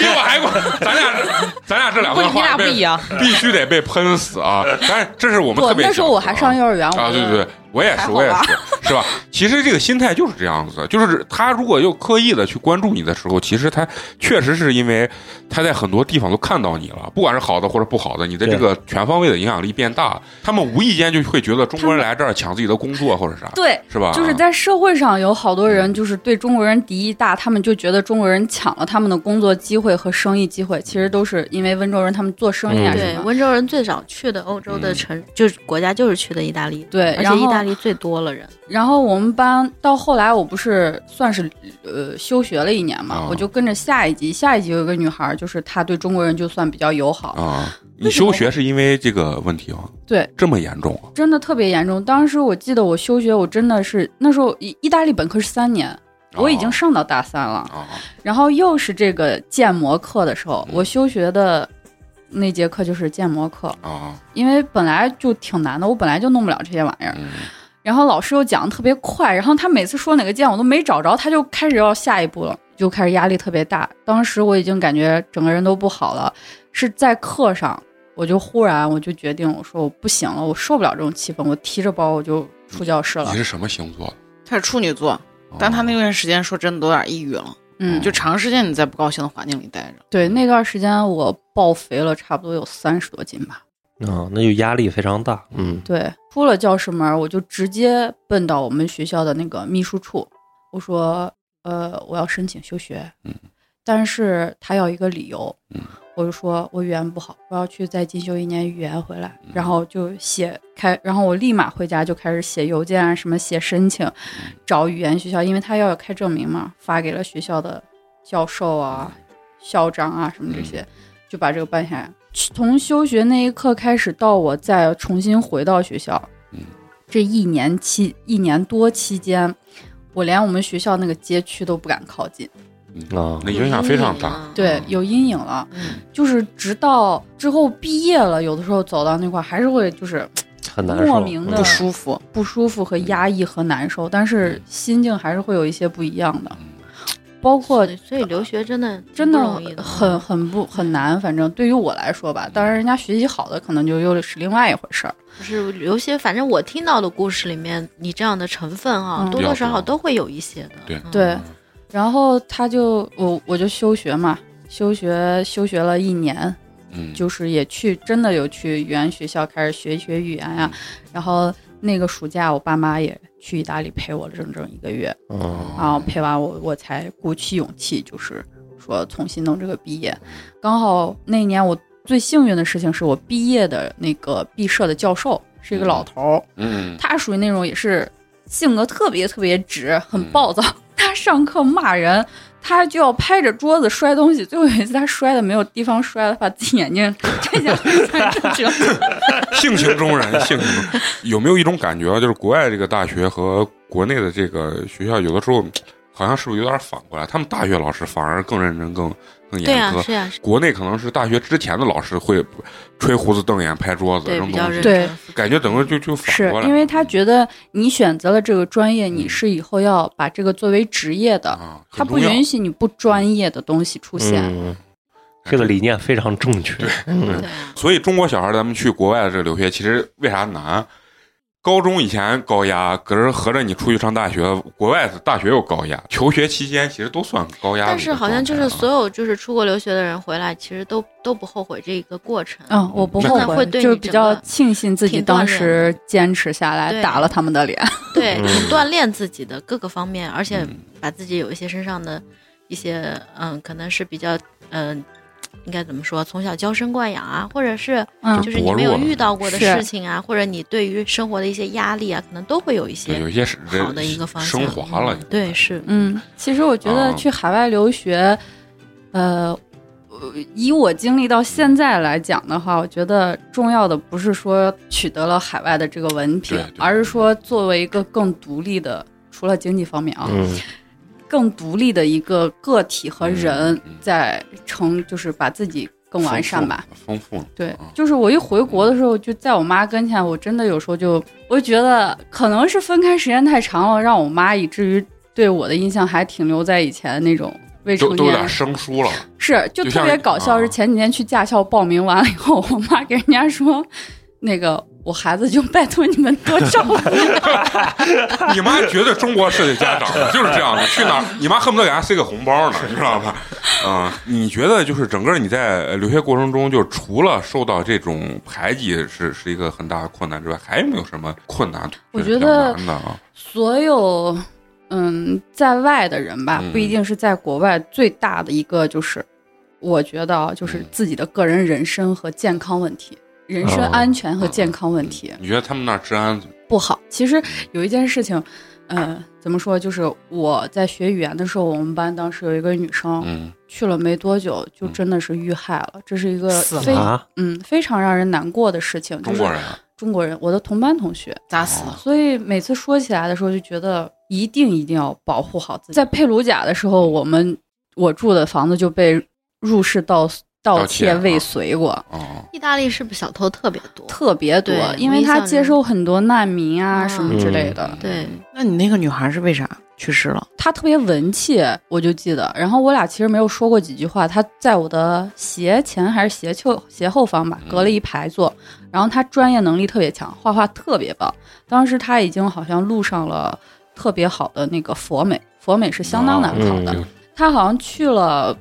我还过，咱俩咱俩这两不，个你啊话俩不一被样，必须得被喷死啊！但是这是我们我特别那时候小我时还啊上幼儿园，我啊，对就对对，我也哦还是，好我也吧是， 是吧？其实这个心态就是这样子的，就是他如果又刻意的去关注你的时候，其实他确实是因为他在很多地方都看到你了，不管是好的或者不好的，你的这个全方位的影响力变大，他们无意间就会觉得中国人来这儿抢自己的工作或者啥，对，是吧？就是在社会上有好嗯多人就是对中国人敌意大，他们就觉得中国人抢了他们的工作机会和生意机会，其实都是因为温州人他们做生意啊嗯什对，么的。温州人最早去的欧洲的嗯城，就是国家就是去的意大利，对而然且后意大利最多了人，然后我们班到后来，我不是算是呃休学了一年嘛，啊我就跟着下一级，下一级有一个女孩，就是她对中国人就算比较友好，啊，你为什么休学是因为这个问题吗？对，这么严重啊？真的特别严重。当时我记得我休学，我真的是那时候意意大利本科是三年，我已经上到大三了，啊然后又是这个建模课的时候，嗯我休学的那节课就是建模课，啊啊，因为本来就挺难的，我本来就弄不了这些玩意儿。嗯，然后老师又讲的特别快，然后他每次说哪个键我都没找着，他就开始要下一步了，就开始压力特别大。当时我已经感觉整个人都不好了，是在课上，我就忽然我就决定，我说我不行了，我受不了这种气氛，我提着包我就出教室了你。是什么星座的？他是处女座，但他那段时间说真的都有点抑郁了，嗯，就长时间你在不高兴的环境里待着。对，那段时间我爆肥了，差不多有三十多斤吧。嗯，那就压力非常大。嗯，对，出了教室门儿，我就直接奔到我们学校的那个秘书处，我说，呃，我要申请休学，嗯但是他要一个理由，嗯我就说我语言不好，我要去再进修一年语言回来，嗯然后就写开，然后我立马回家就开始写邮件啊，什么写申请，嗯找语言学校，因为他要开证明嘛，发给了学校的教授啊、嗯校长啊什么这些，就把这个办下来。从休学那一刻开始，到我再重新回到学校嗯，这一年期一年多期间，我连我们学校那个街区都不敢靠近，嗯啊那影响非常大。对嗯，有阴影了。嗯，就是直到之后毕业了，有的时候走到那块儿还是会就是很难受。莫名嗯的不舒服，不舒服和嗯压抑和难受，但是心境还是会有一些不一样的，包括所以所以留学真的真的的容易的，很很不很难，反正对于我来说吧，当然人家学习好的可能就又是另外一回事儿。不是有些，反正我听到的故事里面，你这样的成分啊，嗯多多少比较少多都会有一些的。对嗯对，然后他就我我就休学嘛，休学休学了一年，嗯，就是也去真的有去语言学校开始学一学语言呀、然后那个暑假我爸妈也去意大利陪我了整整一个月，嗯然后陪完我我才鼓起勇气，就是说重新弄这个毕业。刚好那年我最幸运的事情是我毕业的那个毕设的教授是一个老头儿，嗯他属于 嗯那种也是性格特别特别直，很暴躁。他上课骂人，他就要拍着桌子摔东西。最后有一次他摔的没有地方摔了，把自己眼睛 这下才正 经。 性情中人，性情中人有没有一种感觉啊？就是国外这个大学和国内的这个学校，有的时候好像是不是有点反过来？他们大学老师反而更认真、更更对啊严呀、苛。是呀、是国内可能是大学之前的老师会吹胡子瞪眼、拍桌子、对，扔比较东认西，对真。感觉等于就就反是过来因为他觉得你选择了这个专业，你是以后要把这个作为职业的，啊，他很不重要允许你不专业的东西出现。嗯，这个理念非常正确。嗯，对啊，所以中国小孩儿咱们去国外的这个留学，其实为啥难？高中以前高压，可是合着你出去上大学，国外的大学又高压，求学期间其实都算高压的嗯但一个状态啊。是好像就是所有就是出国留学的人回来，其实都都不后悔这一个过 程。嗯，我不那后可能悔，会对就是你比整较个庆幸自己挺锻当炼时坚持下来，对打了他们的脸。对，嗯挺锻炼自己的各个方面，而且嗯把自己有一些身上的一些嗯，可能是比较嗯。应该怎么说？从小娇生惯养啊，或者是嗯就是你没有遇到过的是事情啊，或者你对于生活的一些压力啊，可能都会有一对些有一些是好的一个方向升华了嗯。对，是，嗯，其实我觉得啊去海外留学，呃，呃以我经历到现在来讲的话，我觉得重要的不是说取得了海外的这个文凭对对，而是说作为一个更独立的，除了经济方面啊，嗯，更独立的一个个体和人嗯嗯，在成就是把自己更完善吧。丰富，丰富。对啊，就是我一回国的时候，就在我妈跟前，我真的有时候就，我觉得可能是分开时间太长了，让我妈以至于对我的印象还停留在以前那种未都成都有点年。生疏了，是，就就特像别搞笑，啊是前几天去驾校报名完了以后，我妈给人家说，那个我孩子就拜托你们多照顾。 你妈绝对中国式的家长就是这样的，去哪儿你妈恨不得给她塞个红包呢，你知道吧？啊、你觉得就是整个你在留学过程中，就除了受到这种排挤是是一个很大的困难之外，还有没有什么困难？我觉觉得比较难的啊，所有嗯在外的人吧嗯，不一定是在国外，最大的一个就是，我觉得啊，就是嗯自己的个人人身和健康问题。人身哦安全和健康问题你觉得他们那儿治安怎么不好。其实有一件事情，呃，怎么说？就是我在学语言的时候，我们班当时有一个女生嗯去了没多久，就嗯真的是遇害了。这是一个死非啊，嗯非常让人难过的事情。就中是国人啊中国人，我的同班同学，砸死了。所以每次说起来的时候，就觉得一定一定要保护好自己。在佩鲁贾的时候，我们我住的房子就被入室盗盗窃未遂过，哦，意大利是不是小偷特别多？特别多，对因为他接收很多难民啊嗯什么之类的。对，那你那个女孩是为啥去世了？他特别文气，我就记得。然后我俩其实没有说过几句话，他在我的斜前还是斜后斜后方吧，嗯隔了一排坐。然后他专业能力特别强，画画特别棒。当时他已经好像录上了特别好的那个佛美，佛美是相当难考的。嗯他好像去了，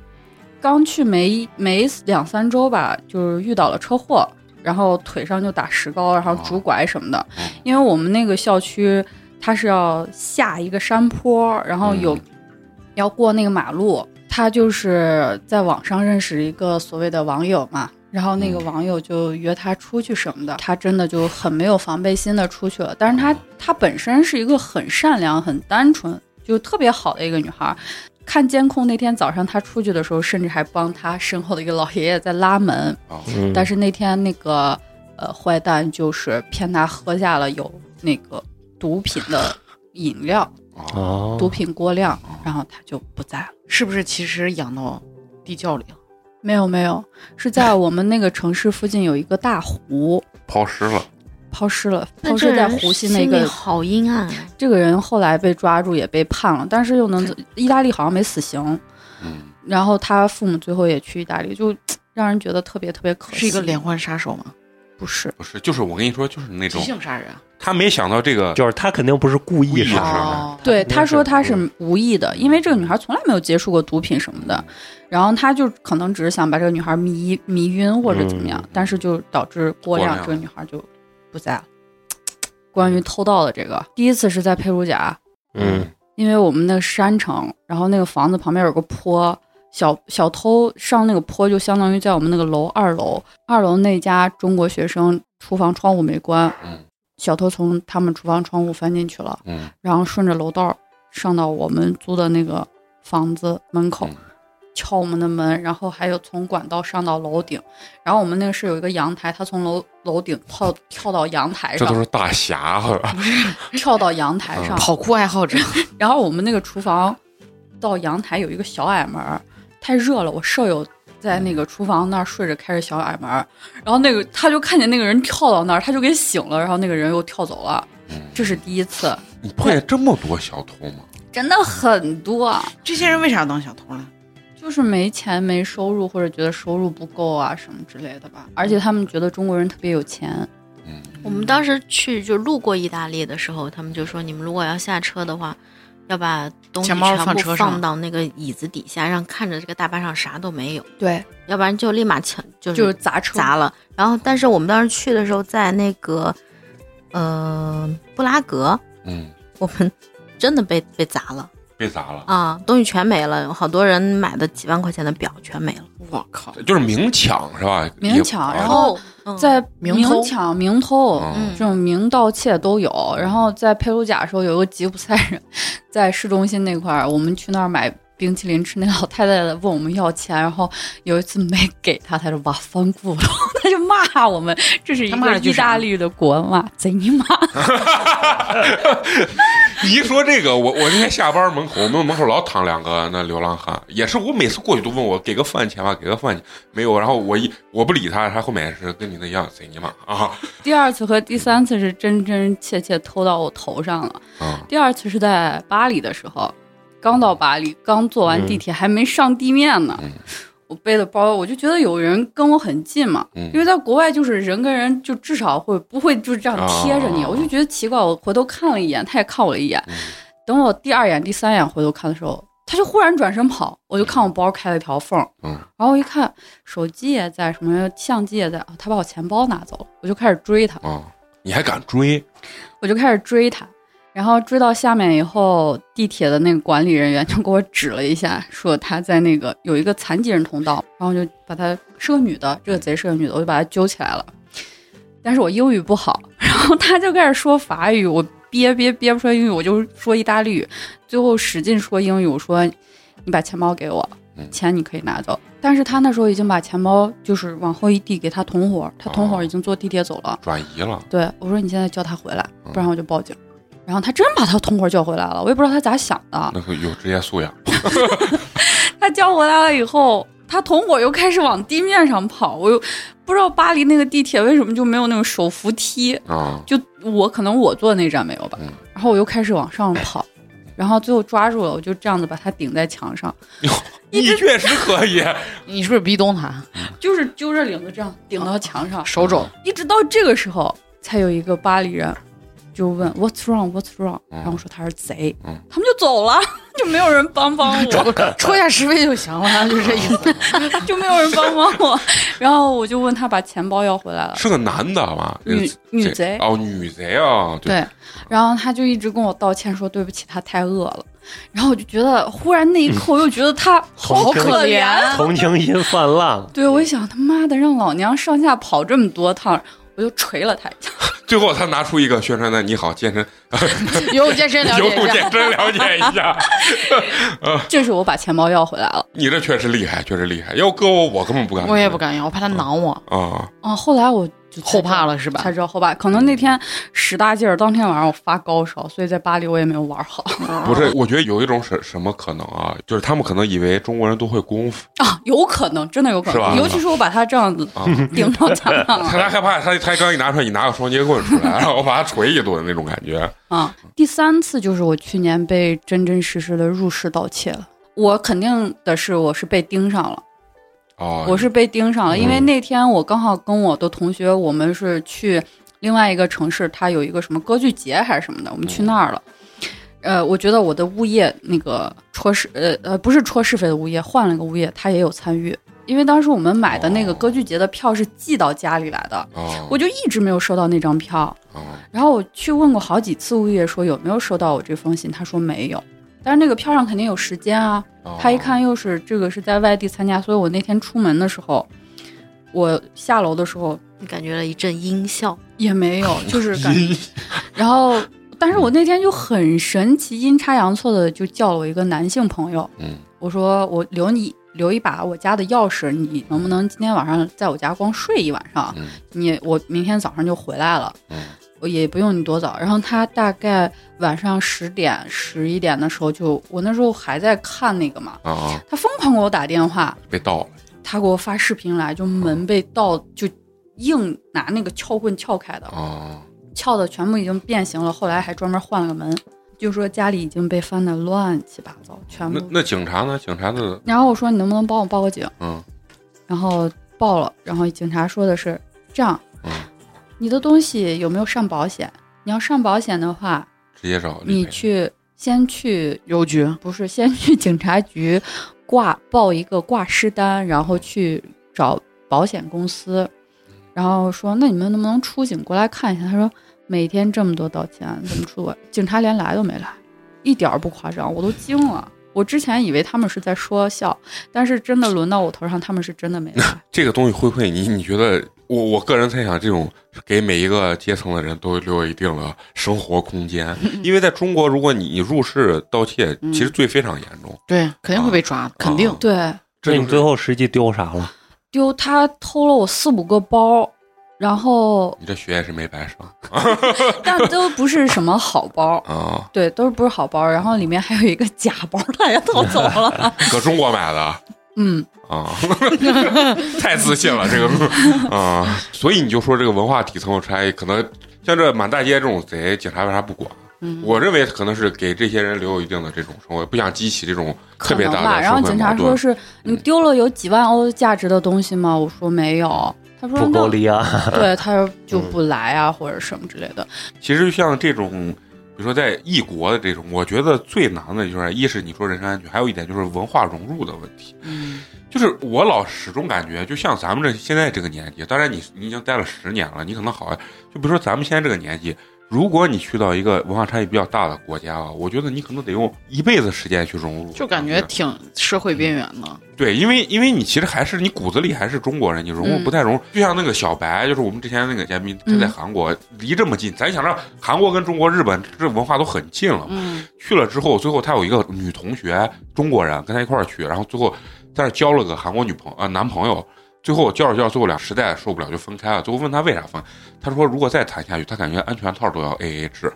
刚去没没两三周吧，就是遇到了车祸，然后腿上就打石膏，然后拄拐什么的。嗯因为我们那个校区它是要下一个山坡，然后有、嗯要过那个马路。他就是在网上认识一个所谓的网友嘛，然后那个嗯网友就约他出去什么的，他真的就很没有防备心的出去了。但是他他本身是一个很善良、很单纯，就特别好的一个女孩儿。看监控那天早上他出去的时候，甚至还帮他身后的一个老爷爷在拉门。哦嗯但是那天那个呃坏蛋就是骗他喝下了有那个毒品的饮料，哦，哦，毒品过量，然后他就不在了。是不是其实养到地窖里了？没有没有，是在我们那个城市附近有一个大湖，抛尸了，抛尸了，那抛这尸在人湖西心那里个。好阴暗啊。这个人后来被抓住也被判了，但是又能，意大利好像没死刑，嗯，然后他父母最后也去意大利，就让人觉得特别特别可惜。是一个连环杀手吗？不是，不是，就是我跟你说，就是那急种性杀人。啊他没想到这个，就是他肯定不是故意故意杀杀的，哦对，应该他说是他无是无意的，因为这个女孩从来没有接触过毒品什么的，然后他就可能只是想把这个女孩迷迷晕或者怎么样，嗯但是就导致过过量，量这个女孩就不在了。关于偷盗的这个，第一次是在佩鲁贾，嗯，因为我们那个山城，然后那个房子旁边有个坡，小小偷上那个坡就相当于在我们那个楼二楼，二楼那家中国学生厨房窗户没关，嗯小偷从他们厨房窗户翻进去了。嗯然后顺着楼道上到我们租的那个房子门口嗯敲我们的门，然后还有从管道上到楼顶，然后我们那个是有一个阳台，他从楼楼顶跳跳到阳台这都上，是啊大侠，啊跳到阳台上，跑酷爱好者，然后我们那个厨房到阳台有一个小矮门儿，太热了，我舍友在那个厨房那儿睡着，开着小矮门儿，然后那个他就看见那个人跳到那儿，他就给醒了，然后那个人又跳走了， 这是第一次，嗯你碰见这么多小偷吗？真的很多，这些人为啥当小偷了？就是没钱、没收入或者觉得收入不够啊什么之类的吧，而且他们觉得中国人特别有钱，嗯，我们当时去就路过意大利的时候，他们就说你们如果要下车的话，要把东西钱包全放部车上放到那个椅子底下，让看着这个大巴上啥都没有，对，要不然就立马抢就就是是砸车，砸了。然后，但是我们当时去的时候，在那个呃布拉格，嗯，我们真的被被砸了被砸了，啊，东西全没了，好多人买的几万块钱的表全没了。我靠！就是明抢是吧？明抢也啊然后嗯在明明偷抢、明偷，嗯这种明盗窃都有。然后在佩鲁贾的时候，有一个吉普赛人，在市中心那块儿，我们去那儿买冰淇淋吃，那个老太太问我们要钱，然后有一次没给她，她就把翻过了， 她就骂我们，这是一她骂个了句意大利的国骂，贼尼玛！你 一说这个，我我那天下班门口，我们门口老躺两个那流浪汉，也是我每次过去都问我给个饭钱吧，给个饭钱没有，然后我一我不理他，他后面也是跟你那一样贼尼玛啊第二次和第三次是真真切切偷到我头上了。啊！第二次是在巴黎的时候，刚到巴黎，刚坐完地铁，还没上地面呢。嗯我背的包，我就觉得有人跟我很近嘛，嗯因为在国外就是人跟人就至少会不会就这样贴着你，啊我就觉得奇怪。我回头看了一眼，他也看我了一眼。嗯等我第二眼、第三眼回头看的时候，他就忽然转身跑，我就看我包开了条缝，嗯然后我一看手机也在，什么相机也在，啊他把我钱包拿走了，我就开始追他。啊，你还敢追？我就开始追他，然后追到下面以后，地铁的那个管理人员就给我指了一下，说他在那个有一个残疾人通道，然后就把他是个女的，这个贼是个女的，我就把她揪起来了。但是我英语不好，然后他就开始说法语，我憋憋憋不出来英语，我就说意大利语，最后使劲说英语，我说你把钱包给我嗯，钱你可以拿走。但是他那时候已经把钱包就是往后一递给他同伙，他同伙已经坐地铁走了。转移了，对我说你现在叫他回来嗯，不然我就报警。然后他真把他同伙叫回来了，我也不知道他咋想的。那个有职业素养。他叫回来了以后，他同伙又开始往地面上跑，我又不知道巴黎那个地铁为什么就没有那种手扶梯，啊，就我可能我坐那站没有吧嗯。然后我又开始往上跑，然后最后抓住了，我就这样子把他顶在墙上，哟，你确实可以，你是不是逼咚他？就是揪着领子这样顶到墙上，手肘一直到这个时候，才有一个巴黎人就问 What's wrong? What's wrong? 嗯然后我说他是贼，嗯他们就走了， 就没有人帮帮 我，戳一下是非就行了，就这意思。 就没有人帮帮我。然后我就问他把钱包要回来了，是个男的吧？这个女女贼这哦，女贼啊，对，对，然后他就一直跟我道歉说对不起，他太饿了。然后我就觉得，忽然那一刻，我又觉得他嗯 好同情可怜。同情心泛滥 了。对，我一想他妈的让老娘上下跑这么多趟，我就捶了他一下。 最后他拿出一个宣传单，你好，健身，游泳健身了游解一泳下，健身了解一下。这是我把钱包要回来了。你这确实厉害，确实厉害。要搁我，我根本不敢。我也不敢要，我怕他挠我，啊，啊，后来我就才后怕知道了是吧才知道后怕，可能那天使大劲儿，当天晚上我发高烧，所以在巴黎我也没有玩好不是，我觉得有一种什什么可能啊，就是他们可能以为中国人都会功夫，啊，有可能，真的有可是吧能，尤其是我把他这样子啊顶到墙 上了他他害怕，他他刚一拿出来，你拿个双截棍出 来，然后我把他捶一顿那种感觉。啊。第三次就是我去年被真真实实的入室盗窃了。我肯定的是，我是被盯上了，哦，我是被盯上了，因为嗯那天我刚好跟我的同学，我们是去另外一个城市，它有一个什么歌剧节还是什么的，我们去那儿了。呃，我觉得我的物业那个戳是呃呃不是戳是非的物业，换了个物业，他也有参与，因为当时我们买的那个哦歌剧节的票是寄到家里来的，哦，我就一直没有收到那张票。哦然后我去问过好几次物业说有没有收到我这封信，他说没有。但是那个票上肯定有时间啊，哦他一看又是这个是在外地参加，所以我那天出门的时候，我下楼的时候你感觉了一阵阴笑， 也没有，就是感觉，然后但是我那天就很神奇，阴差阳错的就叫了我一个男性朋友，嗯，我说我留你留一把我家的钥匙，你能不能今天晚上在我家光睡一晚上？嗯你我明天早上就回来了，嗯我也不用你多早。然后他大概晚上十点十一点的时候就，我那时候还在看那个嘛，啊啊，他疯狂给我打电话，被盗了，他给我发视频来，就门被盗，就硬拿那个撬棍撬开的，啊，撬的全部已经变形了。后来还专门换了个门，就说家里已经被翻的乱七八糟，全那部。那警察呢？警察的，然后我说你能不能帮我报个警？嗯然后报了，然后警察说的是这样嗯，你的东西有没有上保险？你要上保险的话，直接找你理赔去先去邮局不是先去警察局挂报一个挂失单，然后去找保险公司，然后说那你们能不能出警过来看一下？他说每天这么多道歉，怎么出啊？警察连来都没来，一点儿不夸张，我都惊了。我之前以为他们是在说笑，但是真的轮到我头上，他们是真的没来。这个东西会不会你你觉得我我个人猜想，这种给每一个阶层的人都留有一定的生活空间，因为在中国，如果你你入室盗窃，嗯其实罪非常严重，对，肯定会被抓，肯定。嗯啊对，这那就你是最后实际丢啥了？丢他偷了我四五个包，然后你这学也是没白上但都不是什么好包，啊，对，都是不是好包，然后里面还有一个假包，他也偷走 了。搁中国买的嗯，啊， 太自信了这 个啊，所以你就说这个文化底层有差异，可能像这满大街这种贼，警察为啥不管？嗯我认为可能是给这些人留有一定的这种生活，不想激起这种特可别能大吧。的然后社会警矛察盾嗯说。是你丢了有几万欧价值的东西吗？我说没有。他说不够那力啊！对，他说就嗯不来啊，或者什么之类的。其实就像这种，比如说在异国的这种，我觉得最难的就是，一是你说人身安全，还有一点就是文化融入的问题。嗯，就是我老始终感觉，就像咱们这现在这个年纪，当然你你已经待了十年了，你可能好，就比如说咱们现在这个年纪，如果你去到一个文化差异比较大的国家啊，我觉得你可能得用一辈子时间去融入，就感觉挺社会边缘的。对，因为因为你其实还是你骨子里还是中国人，你融入嗯不太融入。就像那个小白，就是我们之前那个嘉宾，他嗯在韩国、离这么近，咱想让韩国跟中国、日本这文化都很近了嘛。嗯，去了之后，最后他有一个女同学，中国人，跟他一块儿去，然后最后在那儿交了个韩国女朋啊、男朋友。最后交着交着，最后俩实在受不了就分开了。最后问他为啥分，他说如果再谈下去，他感觉安全套都要 A A 制。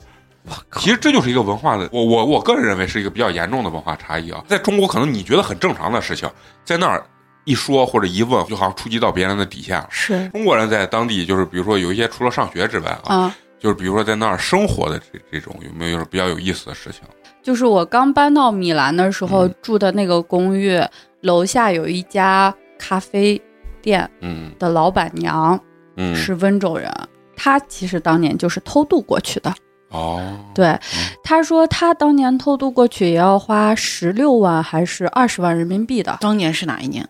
其实这就是一个文化的，我我我个人认为是一个比较严重的文化差异啊。在中国，可能你觉得很正常的事情，在那儿一说或者一问，就好像触及到别人的底线了。是中国人在当地就是，比如说有一些除了上学之外啊，啊，就是比如说在那儿生活的这这种，有没有比较有意思的事情？就是我刚搬到米兰的时候嗯住的那个公寓，楼下有一家咖啡店嗯的老板娘嗯，是温州人，她其实当年就是偷渡过去的。哦，对，他说他当年偷渡过去也要花十六万还是二十万人民币的。当年是哪一年？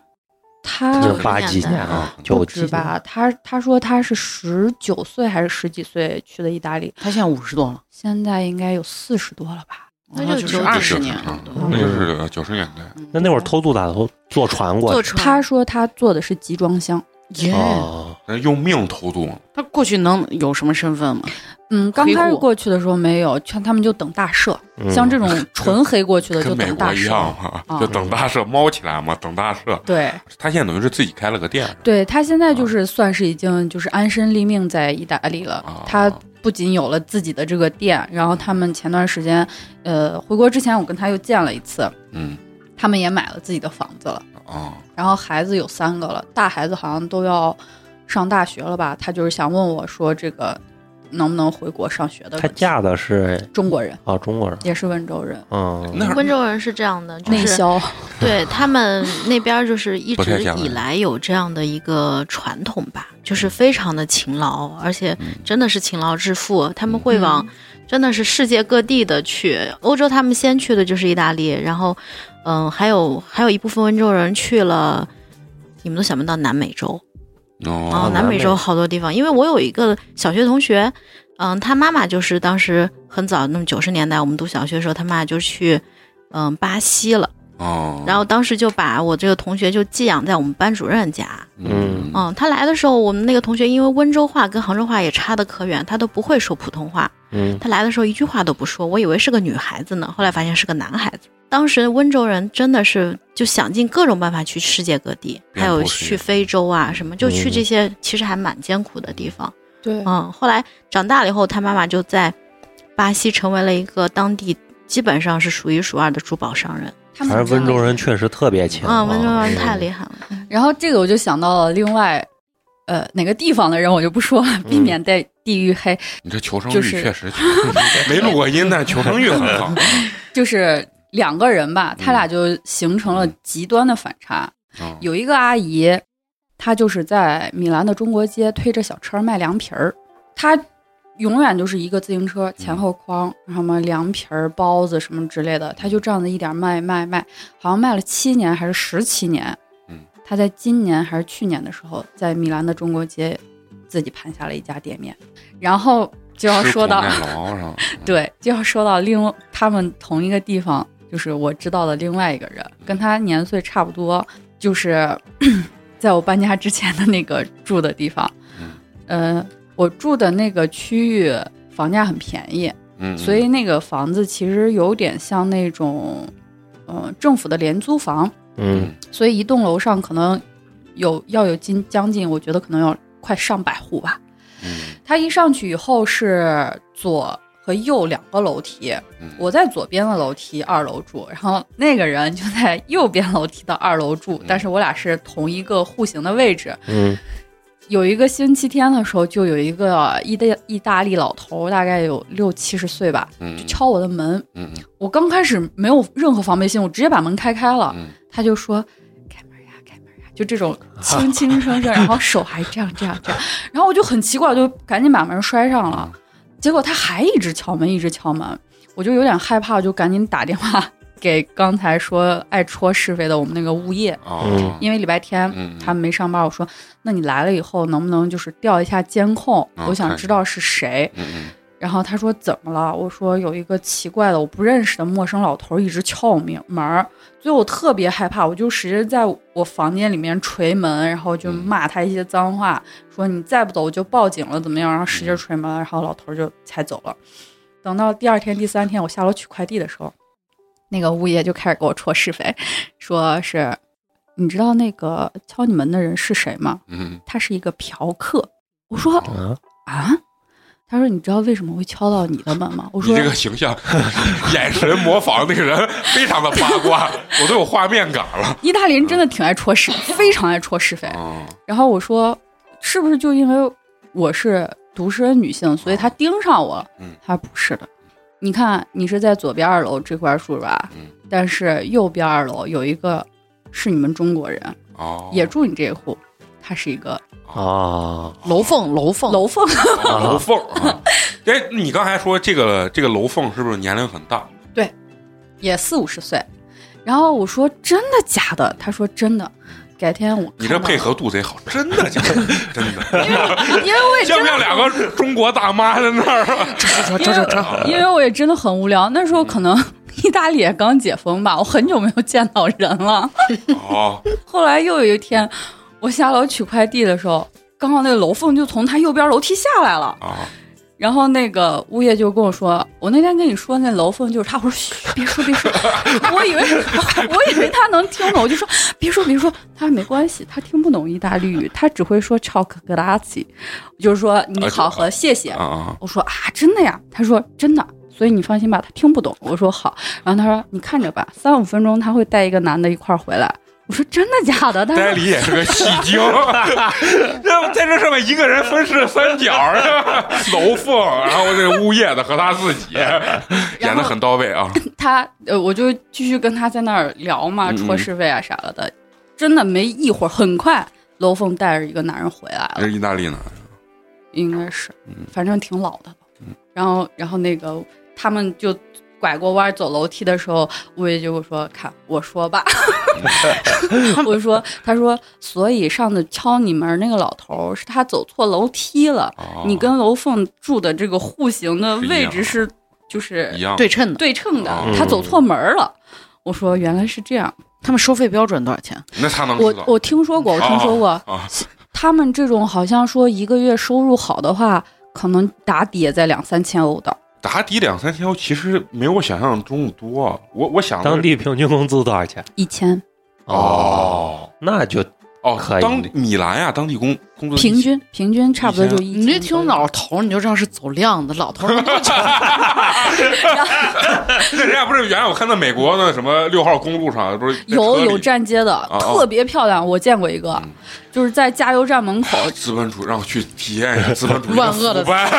他就有是吧八几年啊，不九几止年，吧？他他说他是十九岁还是十几岁去的意大利，他现在五十多了，现在应该有四十多了吧？那哦就就是九二几十90年年了嗯了都。啊那就是九十年代。那那会儿偷渡咋偷？坐船过坐去？船他说他做的是集装箱。耶，啊哦，那用命偷渡嘛，他过去能有什么身份吗？嗯，刚黑开始户过去的时候没有，像他们就等大赦，嗯 像这种纯黑过去的就跟美等大国一样赦。嘛，啊就等大赦，猫起来嘛，等大赦。对，他现在等于是自己开了个店，是吧对他现在就是算是已经就是安身立命在意大利了。啊他不仅有了自己的这个店，然后他们前段时间，呃，回国之前我跟他又见了一次，嗯他们也买了自己的房子了，啊，然后孩子有三个了，大孩子好像都要上大学了吧？他就是想问我说这个能不能回国上学的问他题？嫁的是中国人，啊中国人，也是温州人，嗯，那温州人是这样的，就内是销。对他们那边儿就是一不太直像以来有这样的一个传统吧，就是非常的勤劳，而且真的是勤劳致富。他们会往真的是世界各地的去，欧洲他们先去的就是意大利，然后嗯，还有还有一部分温州人去了，你们都想不到南美洲啊、哦哦，南南美美洲好多地方，因为我有一个小学同学，嗯，他妈妈就是当时很早，那么九十年代我们读小学的时候，他妈妈就去嗯巴西了。哦，然后当时就把我这个同学就寄养在我们班主任家。嗯嗯，他来的时候，我们那个同学因为温州话跟杭州话也差得可远，他都不会说普通话。嗯他来的时候一句话都不说，我以为是个女孩子呢，后来发现是个男孩子。当时温州人真的是就想尽各种办法去世界各地，还有遍布世界去非洲啊什么，就去嗯这些其实还蛮艰苦的地方。对嗯，后来长大了以后，他妈妈就在巴西成为了一个当地基本上是数一数二的珠宝商人。他反们正温州人去。确实特别强啊，嗯，温州人太厉害。害了。然后这个我就想到了另外，呃，哪个地方的人我就不说了，避免带地域黑。你这求生欲就是确实 没录过音，但求生欲很 好。就是两个人吧，他俩就形成了极端的反差。嗯有一个阿姨，她就是在米兰的中国街推着小车卖凉皮儿，她永远就是一个自行车前后筐，然后嘛凉皮儿、包子什么之类的，她就这样子一点卖卖卖，好像卖了七年还是十七年嗯。她在今年还是去年的时候，在米兰的中国街自己盘下了一家店面，然后就要说到吃苦耐劳上，嗯， 对，就要说到另外他们同一个地方，就是我知道的另外一个人，跟他年岁差不多，就是 在我搬家之前的那个住的地方。呃，我住的那个区域房价很便宜，嗯，所以那个房子其实有点像那种，呃，政府的廉租房，嗯所以一栋楼上可能有要有近将近，我觉得可能要快上百户吧。嗯它一上去以后是左和右两个楼梯，嗯我在左边的楼梯二楼住，然后那个人就在右边楼梯的二楼嗯住，但是我俩是同一个户型的位置。嗯有一个星期天的时候，就有一个呃意大意大利老头，大概有六七十岁吧，嗯就敲我的门。嗯嗯我刚开始没有任何防备心，我直接把门开开了。嗯他就说：“开门呀，开门呀！”就这种轻轻声声，然后手还这样这样这样，然后我就很奇怪，我就赶紧把门摔上了。结果他还一直敲门，一直敲门，我就有点害怕，我就赶紧打电话 给刚才说爱戳是非的我们那个物业，哦，因为礼拜天嗯嗯他们没上班，我说：“那你来了以后，能不能就是调一下监控？嗯我想看知道是谁。”嗯然后他说怎么了？我说有一个奇怪的我不认识的陌生老头一直敲我门门儿，所以我特别害怕，我就使劲在我房间里面捶门，然后就嗯骂他一些脏话，说你再不走我就报警了，怎么样？然后使劲捶门，然后老头就才走了。等到第二天、第三天我下楼取快递的时候，那个物业就开始给我戳是非，说是你知道那个敲你门的人是谁吗？嗯他是一个嫖客。我说啊，啊？他说：“你知道为什么会敲到你的门吗？” 嗯，我你说：“这个形象、眼神模仿那个人非常的八卦，我都有画面感了。意大利人真的挺爱戳是非，非常爱戳是非。嗯”然后我说：“是不是就因为我是独身女性，所以他盯上我了？”啊嗯他说：“不是的，你看你是在左边二楼这块住吧嗯？但是右边二楼有一个是你们中国人，哦，也住你这户，他是一个啊，楼凤，楼凤，楼凤。哦楼凤啊。哎，你刚才说这个这个楼凤是不是年龄很大？也四五十岁。然后我说真的假的？他说真的。改天我你这看到配合度贼好， 真的假的？真的， 因为我也像真不的像两个中国大妈在那儿？ 因为 因为我也真的很无聊，那时候可嗯能 意大利也刚解封吧，我很久没有见到人了。哦，后来又有一天，我下楼取快递的时候，刚好那个楼凤就从他右边楼梯下来了，啊，然后那个物业就跟我说，我那天跟你说那楼凤就是他，我说嘘，别说别说， 我以为我以为他能听懂，我就说别说别说，他说没关系，他听不懂意大利语，他只会说 ciao grazie，就是说你好和谢谢。啊啊，我说啊，真的呀？他说真的，所以你放心吧，他听不懂。我说好，然后他说你看着吧，三五分钟他会带一个男的一块儿回来。我说真的 假的？他呆说里也是个戏 精， 然后在这上面一个人分饰三角， 楼凤，然后这个物业的和他自 己演的很到位啊，他呃，我就继续跟他在那儿聊嘛，嗯嗯戳是非啊啥的，真的没一会儿，很快楼凤带着一个男人回来这了，是意大利呢，应该是，嗯反正挺老的了。然后然后那个他们就。拐过弯走楼梯的时候，物业就说：“看，我说 吧。”我说：“他说，所以上次敲你门那个老头儿是他走错楼梯了。哦你跟楼凤住的这个户型的是一位样置是，就是一样，对称的。对称的哦，他走错门儿了。我说原来是这样，他们收费标准多少钱？那他能知我道我听说过，我听说过，啊？他们这种好像说一个月收入好的话，可能打底也在两三千欧的。打底两三千，其实没有我想象中的多。我我想的当地平均工资多少钱？一千哦那就哦，可以当米兰呀，当地工工作平均平均差不多就一。你这听老，头儿你就知道是走量的，老头儿那人家不是原来我看到美国的什么六号公路上不是在有车里有站街的，哦嗯特别漂亮，我见过一个， 就是在加油站门口，资本主义让我去体验一下资本主义万恶的腐败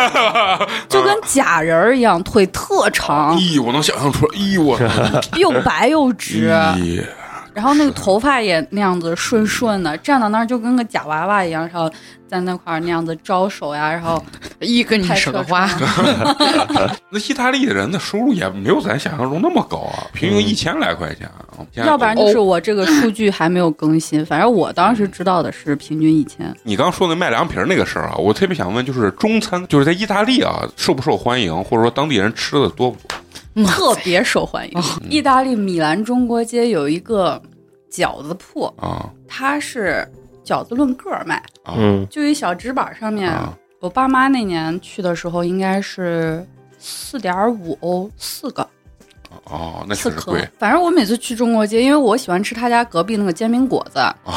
就啊跟假人儿一样，腿特长，咦，哎我能想象出来，咦，我又白又直，咦，然后那个头发也那样子顺顺的，站到那儿就跟个假娃娃一样，然后在那块儿那样子招手呀，然后一跟你拍手车个花，窗啊那意大利人的收入也没有咱想象中那么高啊，平均嗯一千来块钱啊，要不然就是我这个数据还没有更新，反正我当嗯时知道的是平均一千。你刚说那卖凉皮儿那个事儿啊，我特别想问，就是中餐就是在意大利啊，受不受欢迎，或者说当地人吃的多不多？特别受欢哦迎。嗯意大利米兰中国街有一个饺子铺，啊它是饺子论个儿卖，啊嗯，就一小纸板上面。啊我爸妈那年去的时候应该是四点五欧四个，哦，那确四实颗贵，。反正我每次去中国街，因为我喜欢吃他家隔壁那个煎饼果子，哦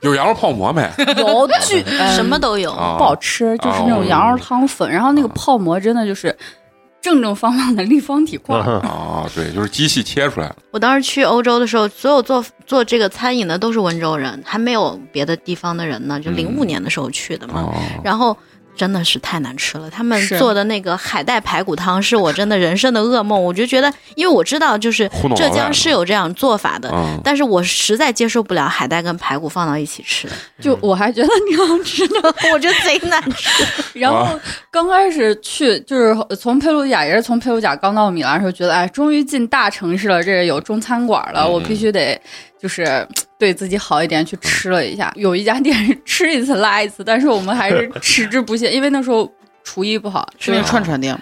有羊肉泡馍没？有巨、嗯什么都有。啊，嗯不好吃，就是那种羊肉汤粉，然后那个泡馍真的就是正正方方的立方体块儿。嗯啊，对，就是机器切出来的我当时去欧洲的时候，所有做做这个餐饮的都是温州人，还没有别的地方的人呢。就嗯零五年的时候去的嘛，啊。然后真的是太难吃了。他们是做的那个海带排骨汤是我真的人生的噩梦。我就觉得，因为我知道就是糊弄老浙外江是有这样做法的，嗯，但是我实在接受不了海带跟排骨放到一起吃， 就我还觉得挺好吃的，我觉得贼难吃。然啊后刚开始去就是从佩鲁贾，也是从佩鲁贾刚到米兰的时候，觉得哎，终于进大城市了，这有中餐馆了，嗯我必须得就是嘖对自己好一点，去吃了一下。有一家店是吃一次拉一次，但是我们还是吃之不懈，因为那时候厨艺 不好，是就那串串店吗？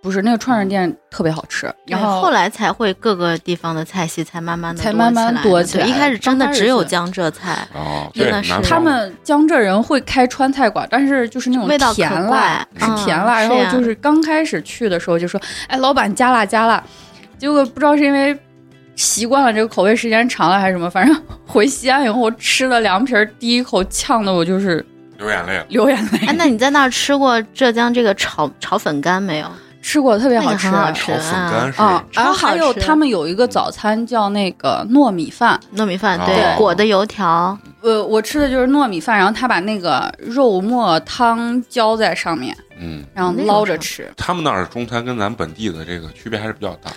不是那个串串店特别好吃， 然对后后来才会各个地方的菜系才慢慢的才慢慢多起来一开始真的刚开始只有是江浙菜，哦，真对，的是南方他们江浙人会开川菜馆，但是就是那种味道可甜辣怪，是嗯甜辣。然是呀后就是刚开始去的时候就说，哎，老板加辣加辣，结果不知道是因为习惯了这个口味时间长了还是什么，反正回西安以后吃的凉皮儿，第一口呛的我就是流眼泪了。流眼泪。 哎，那你在那儿吃过浙江这个炒炒粉干没有？吃过特别那好个吃很。好吃炒粉干啊，是啊，然后超好还有吃他们有一个早餐叫那个糯米饭，糯米饭哦对裹的油条，呃，我吃的就是糯米饭，然后他把那个肉末汤浇在上面，嗯，然后那个捞是着吃。他们那儿的中餐跟咱本地的这个区别还是比较大，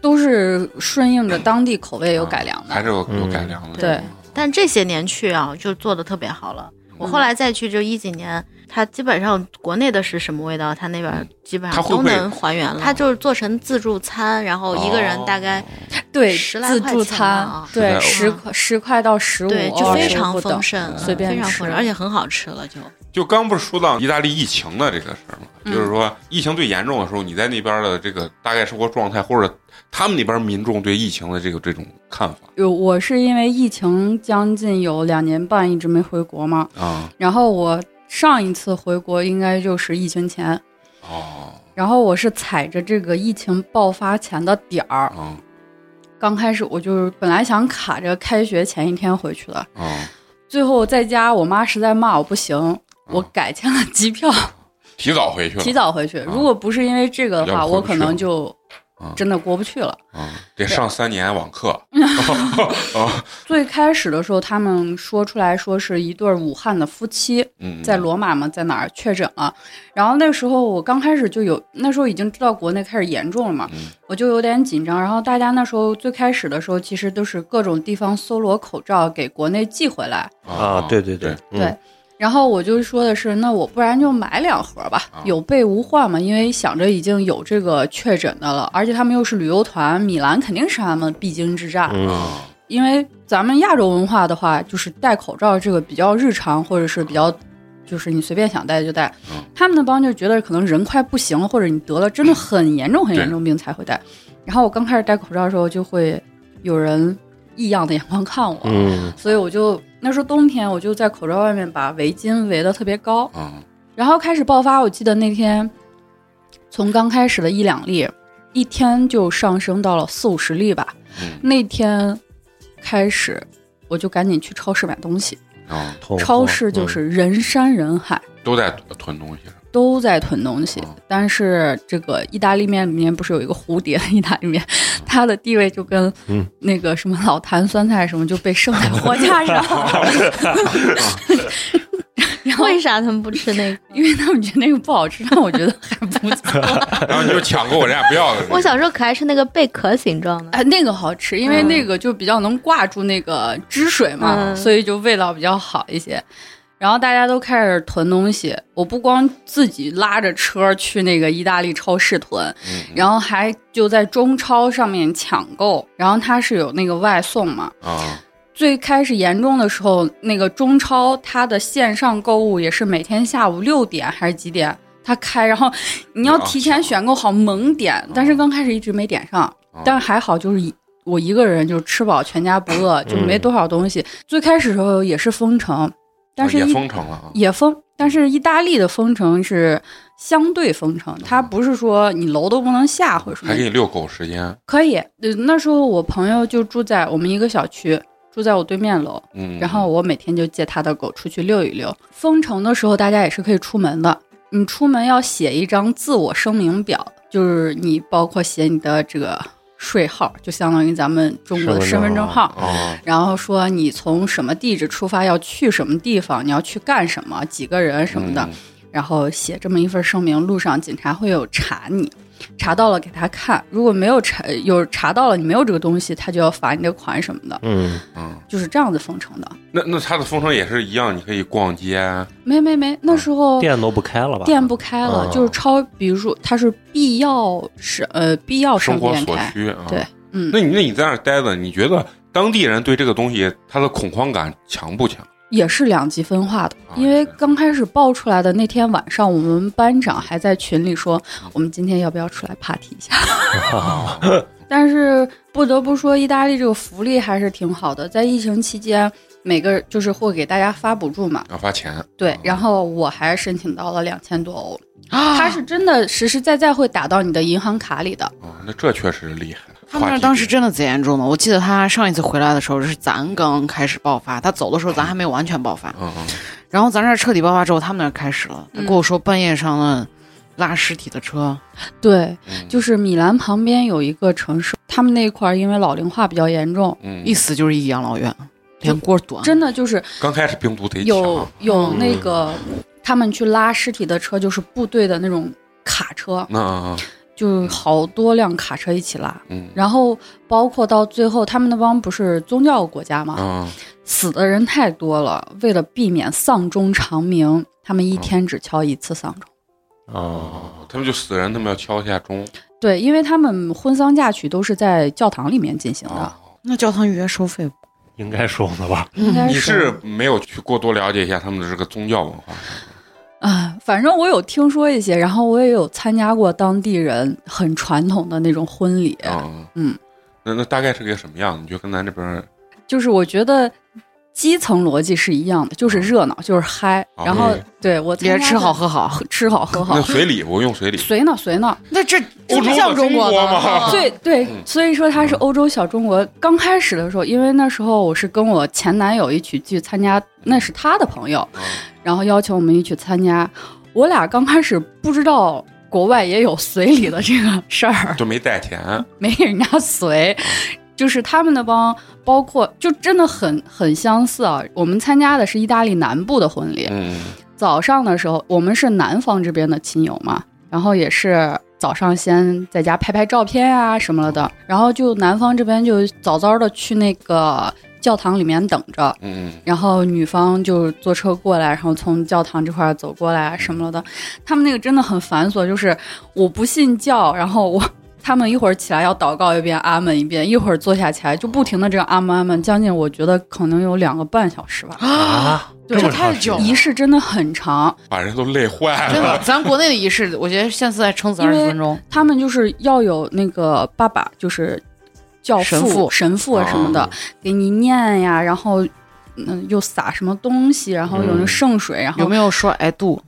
都是顺应着当地口味有改良啊还的。是有有嗯改良的。对，但这些年去啊，就做的特别好了。我后来再去就一几年，它基本上国内的是什么味道，它那边基本它上会都不会能还原了。它就是做成自助餐，然哦后哦一个人大概对，十来自块助钱餐吧，对， 15十块十块到十五，对，就哦非15常不等丰盛，随便非常吃丰盛，而且很好吃了 就。就刚不是说到意大利疫情的这个事儿嘛，嗯就是说疫情最严重的时候，你在那边的这个大概生活状态，或者他们那边民众对疫情的这个这种看法有我是因为疫情将近有两年半一直没回国嘛，啊，然后我上一次回国应该就是疫情前，哦，然后我是踩着这个疫情爆发前的点儿，啊刚开始我就是本来想卡着开学前一天回去的，啊，最后在家我妈实在骂我不行，我改签了机票。提早回去了，提早回去。啊如果不是因为这个的要话，不回我不可去了能就啊真的过不去了。啊，得上三年网 课啊，最开始的时候，他们说出来说是一对儿武汉的夫妻嗯，在罗马嘛，在哪儿确诊了、然后那时候我刚开始就有，那时候已经知道国内开始严重了嘛嗯，我就有点紧张。然后大家那时候最开始的时候，其实都是各种地方搜罗口罩给国内寄回来。 啊，对对对，嗯对然后我就说的是，那我不然就买两盒吧啊，有备无患嘛。因为想着已经有这个确诊的了，而且他们又是旅游团，米兰肯定是他们必经之战。嗯啊，因为咱们亚洲文化的话，就是戴口罩这个比较日常，或者是比较，就是你随便想戴就戴嗯。他们那帮就觉得可能人快不行了，或者你得了真的很严重很严重病才会戴。然后我刚开始戴口罩的时候，就会有人异样的眼光看我，嗯所以我就那时候冬天，我就在口罩外面把围巾围得特别高，啊，然后开始爆发。我记得那天从刚开始的一两例，一天就上升到了四五十例吧。嗯那天开始，我就赶紧去超市买东西，啊，痛超市嗯就是人山人海。都在囤东西，都在囤东西哦，但是这个意大利面里面不是有一个蝴蝶的意大利面，嗯它的地位就跟嗯那个什么老坛酸菜什么就被盛在货架上， 然后为啥他们不吃那个？因为他们觉得那个不好吃，但我觉得还不 错，然后你就抢购我人家不要的。我小时候可爱吃那个贝壳形状的，哎，那个好吃，因为嗯那个就比较能挂住那个汁水嘛，嗯所以就味道比较好一些。然后大家都开始囤东西，我不光自己拉着车去那个意大利超市囤，嗯后然后还就在中超上面抢购，然后它是有那个外送嘛。啊，最开始严重的时候，那个中超它的线上购物也是每天下午六点还是几点它开，然后你要啊提前选购好猛点，但是刚开始一直没点上，啊但是还好就是一我一个人就是吃饱全家不嗯饿，就没多少东西。最开始的时候也是封城，但是也一封城了啊，也封，但是意大利的封城是相对封城，它不是说你楼都不能下或者什么啊还给你遛狗时间，啊可以，呃，那时候我朋友就住在我们一个小区，住在我对面楼，嗯，然后我每天就借他的狗出去遛一遛。封城的时候，大家也是可以出门的。你出门要写一张自我声明表，就是你包括写你的这个税号，就相当于咱们中国的身身份份证证号号。啊，然后说你从什么地址出发，要去什么地方，你要去干什么，几个人什么的。嗯，然后写这么一份声明，路上警察会有查你，查到了给他看，如果没有查有查到了你没有这个东西，他就要罚你的款什么的，嗯嗯，就是这样子封城的。那那它的封城也是一样，你可以逛街没没没，那时候店都不开了吧？店不开了，啊嗯就是超，比如说它是必要是呃必要商生活店所开，需啊。对嗯，那你那你在那儿待着，你觉得当地人对这个东西他的恐慌感强不强？也是两极分化的啊。因为是刚开始爆出来的那天晚上，我们班长还在群里说，嗯我们今天要不要出来 party 一下？ 啊，但是不得不说，意大利这个福利还是挺好的，在疫情期间，每个就是会给大家发补助嘛。 要发钱。对嗯，然后我还申请到了两千多欧，啊它是真的实实在在会打到你的银行卡里的。啊，那这确实厉害。他们那话儿题当时真的贼严重的，我记得他上一次回来的时候是咱刚开始爆发，他走的时候咱还没有完全爆发，嗯嗯，然后咱这儿彻底爆发之后，他们那儿开始了。他嗯跟我说半夜上了拉尸体的车，对，嗯就是米兰旁边有一个城市，他们那块儿因为老龄化比较严重，嗯，一死就是一养老院，连锅短。真的就是刚开始病毒贼有强，有那个他们去拉尸体的车，就是部队的那种卡车，那啊就好多辆卡车一起拉。嗯然后包括到最后，他们那帮不是宗教国家嘛，啊死的人太多了，为了避免丧钟长鸣，他们一啊天只敲一次丧钟。啊，他们就死人，他们要敲一下钟对，因为他们婚丧嫁娶都是在教堂里面进行的，啊。那教堂预约收费，应该收的吧？应该你是没有去过多了解一下他们的这个宗教文化啊，反正我有听说一些，然后我也有参加过当地人很传统的那种婚礼，啊？嗯，那那大概是个什么样？你觉得跟咱这边儿就是我觉得。基层逻辑是一样的，就是热闹，就是嗨。啊然后哦对，对我参也是加吃的好，喝好。吃好喝好那，随礼，我用随礼。随呢随呢。那这欧洲这像中和中吗？国吗啊对对嗯，所以说它是欧洲小中国。刚开始的时候，因为那时候我是跟我前男友一起去参加，那是他的朋友，啊然后邀请我们一起参加。我俩刚开始不知道国外也有随礼的这个事儿，就没带钱， 没给人家随，就是他们那帮包括就真的很很相似啊。我们参加的是意大利南部的婚礼，嗯，早上的时候我们是南方这边的亲友嘛，然后也是早上先在家拍拍照片啊什么了的，然后就南方这边就早早的去那个教堂里面等着。嗯然后女方就坐车过来，然后从教堂这块儿走过来啊什么了的。他们那个真的很繁琐，就是我不信教，然后我他们一会儿起来要祷告一遍阿门一遍，一会儿坐下起来就不停的这样阿门阿门，将近我觉得可能有两个半小时吧。哦啊，对么这太长时间久了仪式真的很长，把人都累坏真的了，，咱国内的仪式，我觉得现在撑死二因十为分钟。他们就是要有那个爸爸，就是教父、神神父哦父、啊什么的，啊给你念呀，然后嗯又撒什么东西，然后有那嗯圣水，然后有没有说哎度？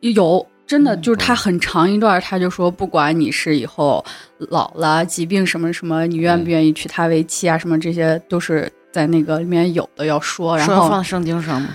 有，真的嗯就是他很长一段，他就说，不管你是以后老了、疾病什么什么，你嗯愿不愿意娶她为妻啊，什么这些都是在那个里面有的要说，然说要后放圣经上吗？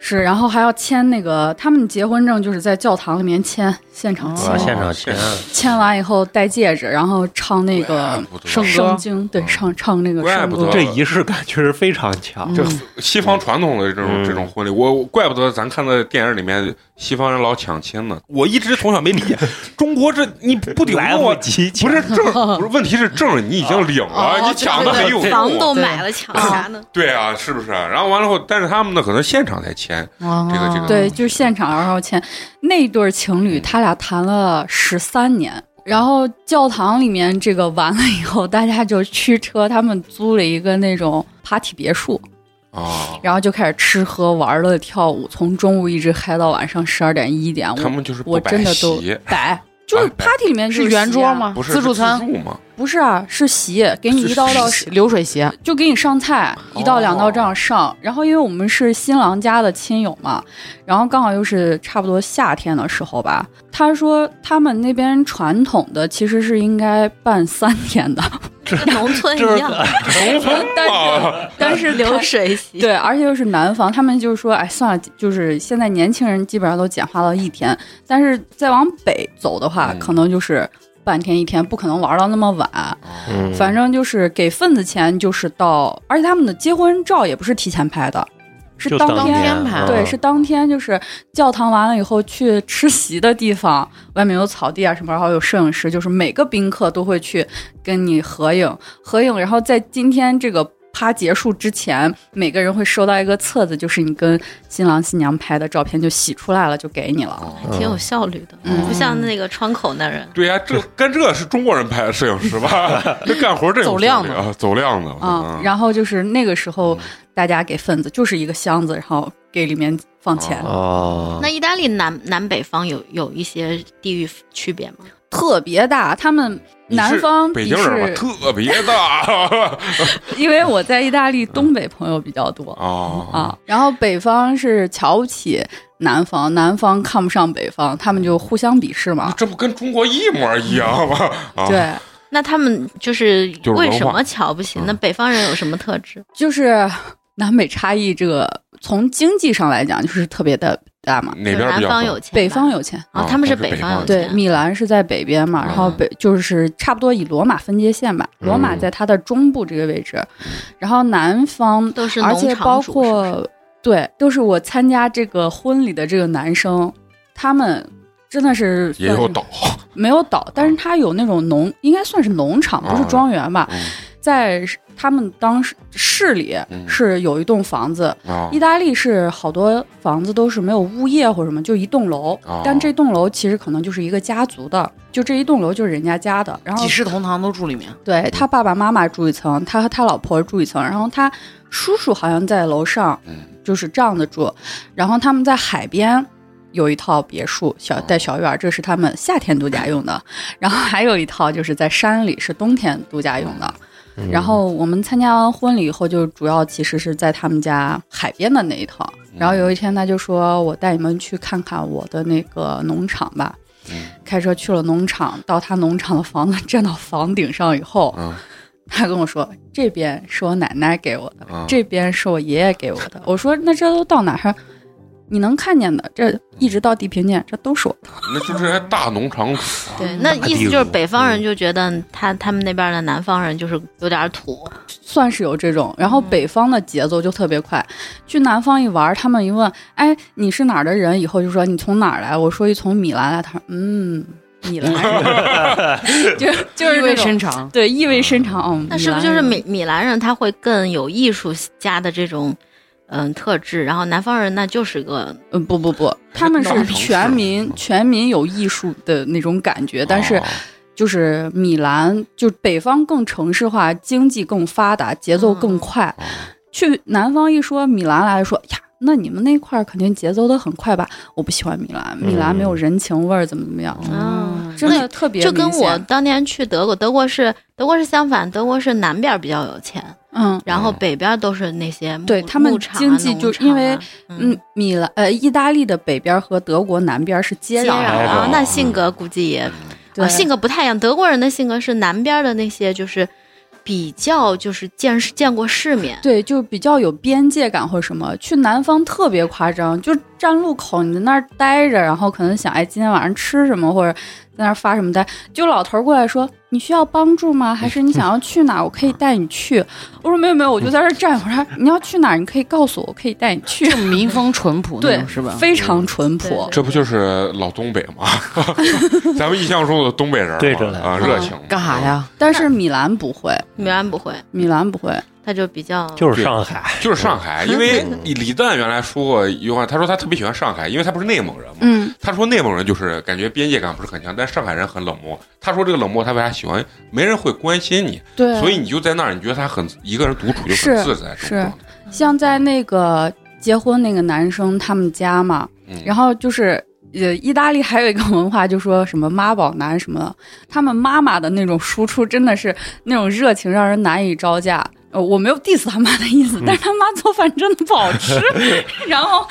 是，然后还要签那个他们结婚证，就是在教堂里面签，现哦场签，啊，现场现签，签完以后戴戒指，然后唱那个圣歌圣经，对，嗯唱唱那个怪圣不歌得，这仪式感确实非常强。这嗯西方传统的这种、嗯这种婚礼，我我怪不得咱看的电影里面西方人老抢亲呢。我一直从小没理解，中国这你不顶来用不啊，及抢，不是证， 不是问题是证你已经领了，哦你抢的对很对有对房用。都买了，抢啥呢？对啊，是不是？然后完了后，但是他们呢，可能现场才签，哦这个这个对，就是现场然后签。那对儿情嗯侣他俩谈了十三年，然后教堂里面这个完了以后，大家就驱车，他们租了一个那种爬体别墅，啊，然后就开始吃喝玩乐跳舞，从中午一直嗨到晚上十二点一点。他我们就是不我摆真的都席，摆，就是啊摆 party 里面就是席啊圆桌？吗？不是自助是餐、自助吗？不是啊，是席，给你一刀到是流水席，啊就给你上菜，一到两道这样上。然后因为我们是新郎家的亲友嘛，然后刚好又是差不多夏天的时候吧。他说他们那边传统的其实是应该办三天的，跟农村这一样，农村嘛，但是流水席。对，而且又是南方，他们就是说，哎，算了，就是现在年轻人基本上都简化到一天，但是再往北走的话，嗯可能就是半天一天，不可能玩到那么晚。嗯，反正就是给份子钱，就是到，而且他们的结婚照也不是提前拍的，是就当当天安排啊对，是当天就是教堂完了以后去吃席的地方，外面有草地啊什么，然后有摄影师，就是每个宾客都会去跟你合影，合影，然后在今天这个。趴结束之前，每个人会收到一个册子，就是你跟新郎新娘拍的照片，就洗出来了，就给你了。还挺有嗯效率的，不像那个窗口那人。对呀、 这跟这是中国人拍的摄影师吧？这干活这走量的的，走量的啊、然后就是那个时候，大家给份子就是一个箱子，然后给里面放钱，嗯哦，那意大利南南北方有有一些地域区别吗？特别大。他们你是南方北鄙京人吧，视，特别大 因为我在意大利东北朋友比较多，啊啊，然后北方是瞧不起南方，南方看不上北方，他们就互相鄙视嘛。这不跟中国一模一样吗？啊，对，那他们就是就是文化嗯为什么瞧不起？那北方人有什么特质？就是南北差异，这个从经济上来讲就是特别的大嘛。哪边南比较方好有钱吧，北方有钱，啊，啊他们是他是北方有方对，钱。米兰是在北边嘛，然后嗯北就是差不多以罗马分界线吧，罗马嗯在它的中部这个位置，嗯然后南方都是而农且场包主是不是括对，都是我参加这个婚礼的这个男生，他们真的是也算有嗯是岛，没有岛，但是它有那种农，应该算是农场，不是庄园吧？嗯在他们当时市里嗯是有一栋房子，啊意大利是好多房子都是没有物业或什么，就一栋楼，哦但这栋楼其实可能就是一个家族的，就这一栋楼就是人家家的，然后几世同堂都住里面。对他爸爸妈妈住一层，他和他老婆住一层，然后他叔叔好像在楼上嗯，就是这样的住。然后他们在海边有一套别墅，小哦带小院儿，这是他们夏天度假用的。然后还有一套就是在山里，是冬天度假用的。嗯然后我们参加完婚礼以后，就主要其实是在他们家海边的那一套。然后有一天他就说：“我带你们去看看我的那个农场吧。”开车去了农场，到他农场的房子，站到房顶上以后，嗯他跟我说：“这边是我奶奶给我的，嗯这边是我爷爷给我的。”我说：“那这都到哪儿？”你能看见的，这一直到地平线，这都是我的。那就是还大农场主对，那大意思地就是主北方嗯人就觉得他他们那边的南方人就是有点土，算是有这种。然后北方的节奏就特别快，去南方一玩，他们一问：“哎，你是哪儿的人？”以后就说：“你从哪儿来？”我说：“一从米兰来。”他说：“嗯，米兰 人。” 就就是意那味种深长，对意味深长。嗯，那是不是米兰就是人米米兰人他会更有艺术家的这种嗯特质，然后南方人那就是个嗯，不不不，他们大是城市全民全民有艺术的那种感觉，但是啊就是米兰，就北方更城市嗯化，经济更发达，节奏更快。啊去南方一说米兰来说呀，那你们那块儿肯定节奏都很快吧？我不喜欢米兰，米兰没有人情味儿，怎么怎么样，啊真的特别就跟明我显当年去德国，德国是德国是相反，德国是南边比较有钱，嗯然后北边都是那些牧对他们牧场啊经济农就场啊因为嗯嗯，米兰呃，意大利的北边和德国南边是接接壤壤的，的啊嗯，那性格估计也嗯对啊，性格不太一样。德国人的性格是南边的那些就是比较就是见识见过世面，对，就比较有边界感或什么。去南方特别夸张，就站路口你在那儿待着，然后可能想哎今天晚上吃什么，或者在那儿发什么呆，就老头儿过来说你需要帮助吗？还是你想要去哪儿？我可以带你去。我说没有没有，我就在这儿站一会儿。他说你要去哪儿？你可以告诉我，我可以带你去就。民风淳朴那对种，是吧？非嗯常淳朴对。这不就是老东北吗？咱们印象中的东北人嘛对着来啊，热情啊干啥？呀？但是米兰不会，米兰不会，米兰不会。他就比较就是上海，就是上海，因为李诞原来说过一句话，他说他特别喜欢上海，因为他不是内蒙人嘛。嗯，他说内蒙人就是感觉边界感不是很强，但上海人很冷漠。他说这个冷漠，他为啥喜欢？没人会关心你，对。所以你就在那儿，你觉得他很一个人独处就很是自在。是这种状态像在那个结婚那个男生他们家嘛，嗯，然后就是呃，意大利还有一个文化，就说什么妈宝男什么的，他们妈妈的那种输出真的是那种热情，让人难以招架。呃，我没有 diss 他妈的意思，但是他妈做饭真的不好吃。然后，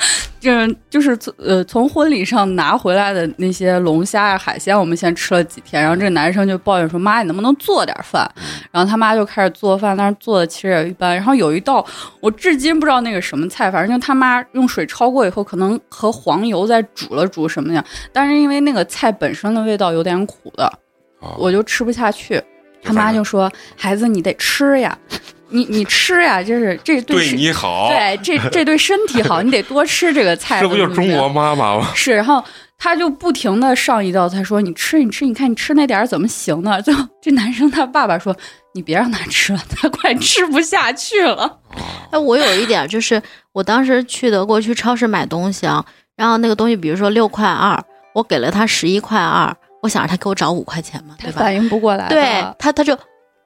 嗯，就是从呃，从婚礼上拿回来的那些龙虾啊、海鲜，我们先吃了几天。然后这个男生就抱怨说：“妈，你能不能做点饭？”然后他妈就开始做饭，但是做的其实也一般。然后有一道我至今不知道那个什么菜，反正就他妈用水焯过以后，可能和黄油再煮了煮什么的，但是因为那个菜本身的味道有点苦的，啊我就吃不下去。他反妈正就说：“孩子，你得吃呀，你你吃呀，这是这对对身你好，对这这对身体好，你得多吃这个菜。”这不 就是中国？妈妈吗？是，然后他就不停的上一道菜说：“你吃，你吃，你看你吃那点儿怎么行呢？” 最后这男生他爸爸说：“你别让他吃了，他快吃不下去了。哎，我有一点儿就是，我当时去德国去超市买东西啊，然后那个东西，比如说六块二，我给了他十一块二，我想着他给我找五块钱嘛，”他对吧？反应不过来了。对他，他就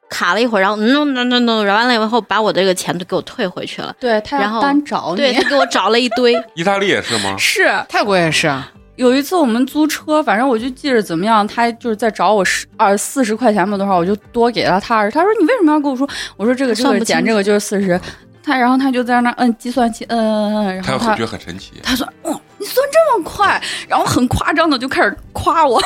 卡了一会儿，然后嗯嗯嗯嗯，然后完了以后把我这个钱都给我退回去了。对他然后要单找对你他。给我找了一 堆，意大利也是吗？是泰国也是啊，有一次我们租车，反正我就记着怎么样，他就是在找我十二四十块钱吧多少，我就多给了他二十。他说你为什么要跟我说？我说这个这算个不清减楚？这个就是四十。他然后他就在那儿摁计算器，摁摁摁摁，然他后会他觉得很神奇。他说哦你算这么快，然后很夸张的就开始夸我。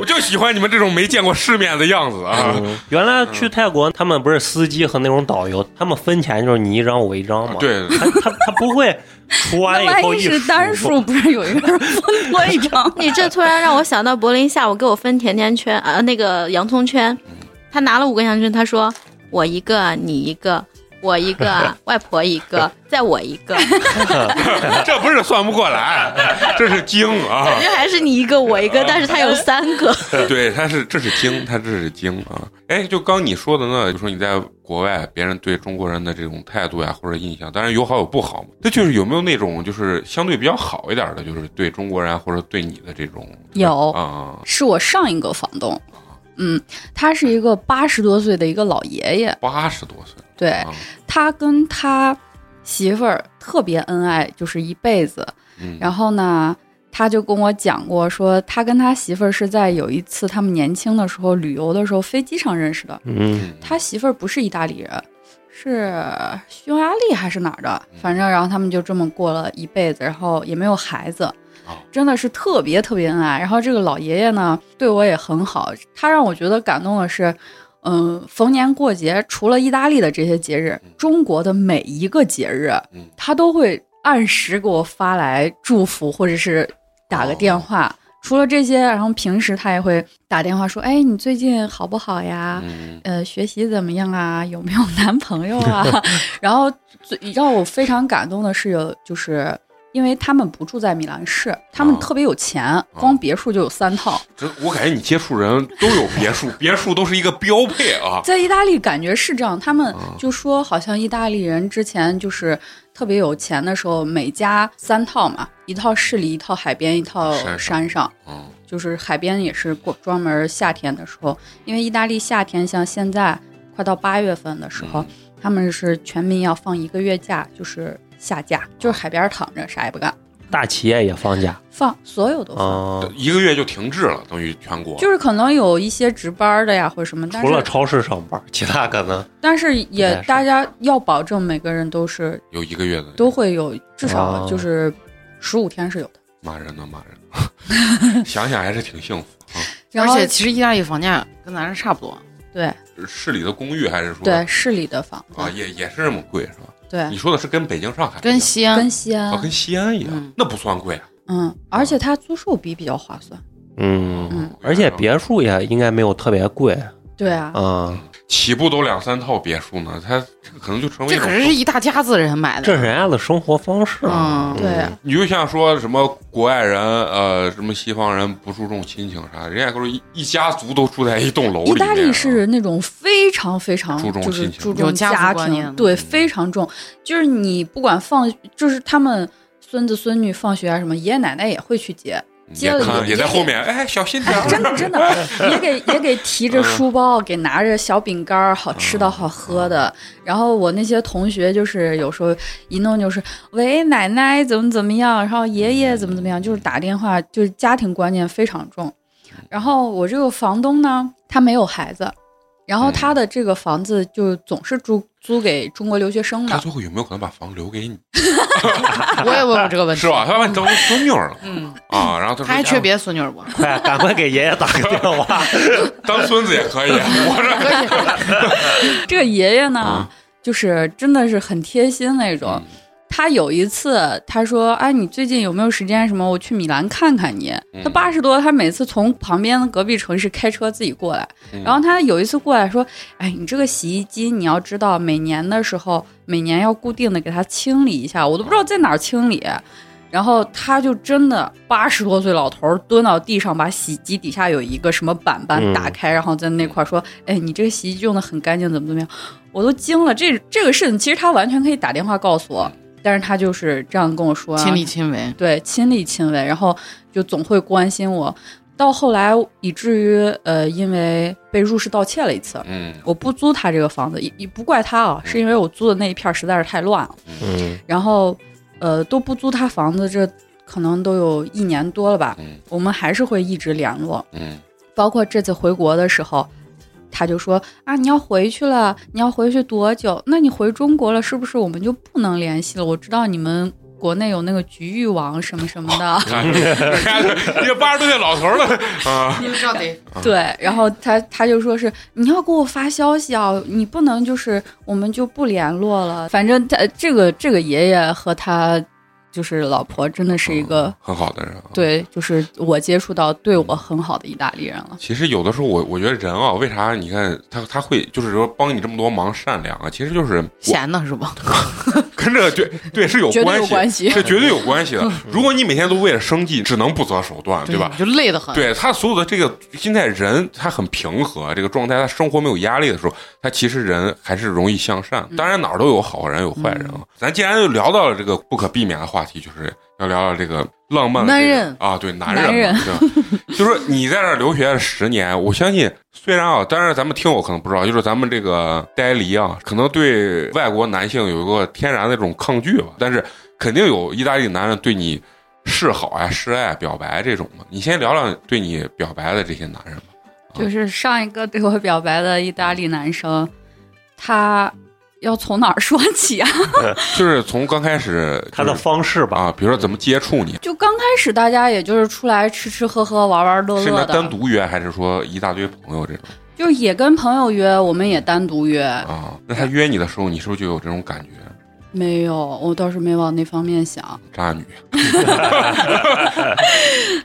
我就喜欢你们这种没见过世面的样子 啊！嗯原来去泰国，他们不是司机和那种导游，他们分钱就是你一张我一张嘛。，对，他他他不 会除完以那后万一一是单数，数，不是有一个人分多一张 你这突然让我想到柏林下午给我分甜甜圈啊、呃那个洋葱圈，嗯他拿了五个洋葱圈，他说我一个，你一个。我一个， 外婆一个，再我一个，这不是算不过来，这是精啊！这还是你一个我 一个，啊但是他有三个。。对，他是这是精，他这是精啊！哎，就刚你说的呢，就说你在国外，别人对中国人的这种态度呀或者印象，当然有好有不好嘛。那就是有没有那种就是相对比较好一点的，就是对中国人或者对你的这种有啊，是我上一个房东，嗯，他是一个八十多岁的一个老爷爷，八十多岁对，啊，他跟他媳妇儿特别恩爱，就是一辈子。嗯，然后呢，他就跟我讲过，说他跟他媳妇儿是在有一次他们年轻的时候旅游的时候飞机上认识的。嗯，嗯他媳妇儿不是意大利人，是匈牙利还是哪儿的？嗯反正然后他们就这么过了一辈子，然后也没有孩子哦。真的是特别特别恩爱，然后这个老爷爷呢对我也很好，他让我觉得感动的是，嗯，逢年过节除了意大利的这些节日，中国的每一个节日嗯，他都会按时给我发来祝福，或者是打哦个电话。除了这些，然后平时他也会打电话说，哎，你最近好不好呀？嗯呃，学习怎么样啊？有没有 男朋友 啊？然后最让我非常感动的是有，就是因为他们不住在米兰市，他们啊特别有钱，光别墅就有三套，这我感觉你接触人都有别墅， 别墅都是一个标配啊。在意大利感觉是这样，他们啊就说好像意大利人之前就是特别有钱的时候，每家三套嘛，一套市里，一套海边，一套山上山上。嗯就是海边也是过专门夏天的时候，因为意大利夏天像嗯现在快到八月份的时候，他们是全民要放一个月假，就是下架，哦就是海边儿躺着啥也不干，大企业也放假放所有都放。啊，一个月就停滞了，等于全国。就是可能有一些值班的呀，或者什么，但除了是超市上班，其他可能但是太也爽大家要保证每个人都是有一个月的都会有至少哦就是十五天是有的。骂人呢，骂人， 想想还是挺幸福啊。然而后且其实意大利房价跟咱这差不多，对市里的公寓还是说对市里的房子，哦啊，也也是这么贵是吧？对你说的是跟北京、上海一样跟西安跟西安哦啊，，跟西安一样嗯，那不算贵啊。嗯，而且它租售比比较划算。嗯，啊嗯，而且别墅也应该没有特别贵对啊，啊。起步都两三套别墅呢，它这个可能就成为一这种可是一大家子人买的，这是人家的生活方式啊，嗯对啊，你就像说什么国外人，呃，什么西方人不注重亲情啥的，人家都是一一家族都住在一栋楼里意面啊。大利是那种非常非常注重就是亲情嗯注有重家族家观念庭的，对，非常重。就是你不管放，就是他们孙子孙女放学啊什么，爷爷奶奶也会去接，接也了看有也在爹后面，哎，小心点哎，儿。 真的真的，也给也给提着嗯书包，给拿着小饼干儿，好吃的好喝的。然后我那些同学就是有时候一弄就是喂奶奶怎么怎么样，然后爷爷怎么怎么样，就是打电话，就是家庭观念非常重。然后我这个房东呢，他没有孩子，然后他的这个房子就总是租租给中国留学生他的。最后有没有可能把房留给你？我也问过这个问题，是吧？？他把你当成孙女儿了嗯，啊！然后他说他还缺别的孙女儿不？快哎赶快给爷爷打个电话。当孙子也可以，啊我这可以，这个爷爷呢，就是真的是很贴心那嗯种。他有一次，他说：“哎，你最近有没有时间？什么，我去米兰看看你。嗯他八十多，他每次从旁边的隔壁城市开车自己过来。嗯然后他有一次过来说：“哎，你这个洗衣机，你要知道，每年的时候，每年要固定的给它清理一下，我都不知道在哪儿清理。”然后他就真的八十多岁老头儿蹲到地上，把洗衣机底下有一个什么板板嗯打开，然后在那块儿说：“哎，你这个洗衣机用的很干净，怎么怎么样？”我都惊了。这这个事情其实他完全可以打电话告诉我，但是他就是这样跟我说、啊，亲力亲为。对亲力亲为，然后就总会关心我。到后来以至于呃，因为被入室盗窃了一次，嗯我不租他这个房子，也也不怪他啊，是因为我租的那一片儿实在是太乱了，嗯，然后呃都不租他房子，这可能都有一年多了吧，嗯我们还是会一直联络。嗯包括这次回国的时候，他就说啊，你要回去了，你要回去多久？那你回中国了，是不是我们就不能联系了？我知道你们国内有那个局域网什么什么的，你看， 一个八十多岁老头儿了啊，你们知道得 对。然 后他他就说是你要给我发消息啊，你不能就是我们就不联络了。反正他这个这个爷爷和他就是老婆真的是一个。很好的人啊。对，就是我接触到对我很好的意大利人了。其实有的时候我，我觉得人啊，为啥你看他他会就是说帮你这么多忙，善良啊，其实就是我闲的是吧？跟这个对对是有绝对有关系，关系嗯这绝对有关系的。如果你每天都为了生计，只能不择手段，对吧？就累得很。对他所有的这个现在人，他很平和，这个状态，他生活没有压力的时候，他其实人还是容易向善。嗯当然哪儿都有好人有坏人啊。咱既然又聊到了这个不可避免的话题，就是要聊聊这个浪漫的男这个人啊，对男男人嘛，对吧 就是说你在这儿留学十年，我相信虽然啊，当然咱们听友可能不知道，就是咱们这个呆离啊，可能对外国男性有一个天然的这种抗拒吧，但是肯定有意大利男人对你示好呀、示爱、表白这种嘛。你先聊聊对你表白的这些男人吧。就是上一个对我表白的意大利男生，他要从哪儿说起啊？ 就是从刚开始、他的方式吧，啊，比如说怎么接触你，就刚开始大家也就是出来吃吃喝喝、玩玩乐是你乐们单的，独约还是说一大堆朋友这种就是也跟朋友约，我们也单独约。啊？那他约你的时候，你是不是就有这种感觉？没有，我倒是没往那方面想。渣女，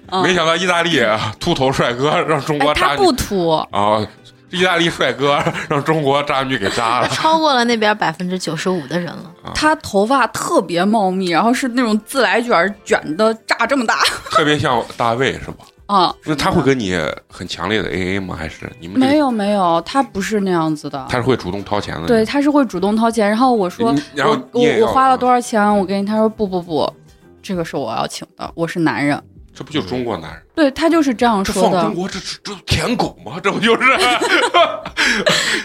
嗯没想到意大利啊秃头帅哥让中哎，国他渣不女秃，啊，意大利帅哥让中国渣女给渣 了超过了那边百分之九十五的人了。他头发特别茂密，然后是那种自来卷儿卷的炸这么大 特别像大卫是吧？啊。那他会跟你很强烈的 A A 吗？还是你们这个没有没有，他不是那样子的。他是会主动掏钱的？对，，他是会主动掏钱，然后我说嗯你然后我你也我要嗯我花了多少钱，我给你，他说不不不，这个是我要请的，我是男人，这不就是中国男人？对他就是这样这说放的中。国这这这舔狗吗？ 这不就是？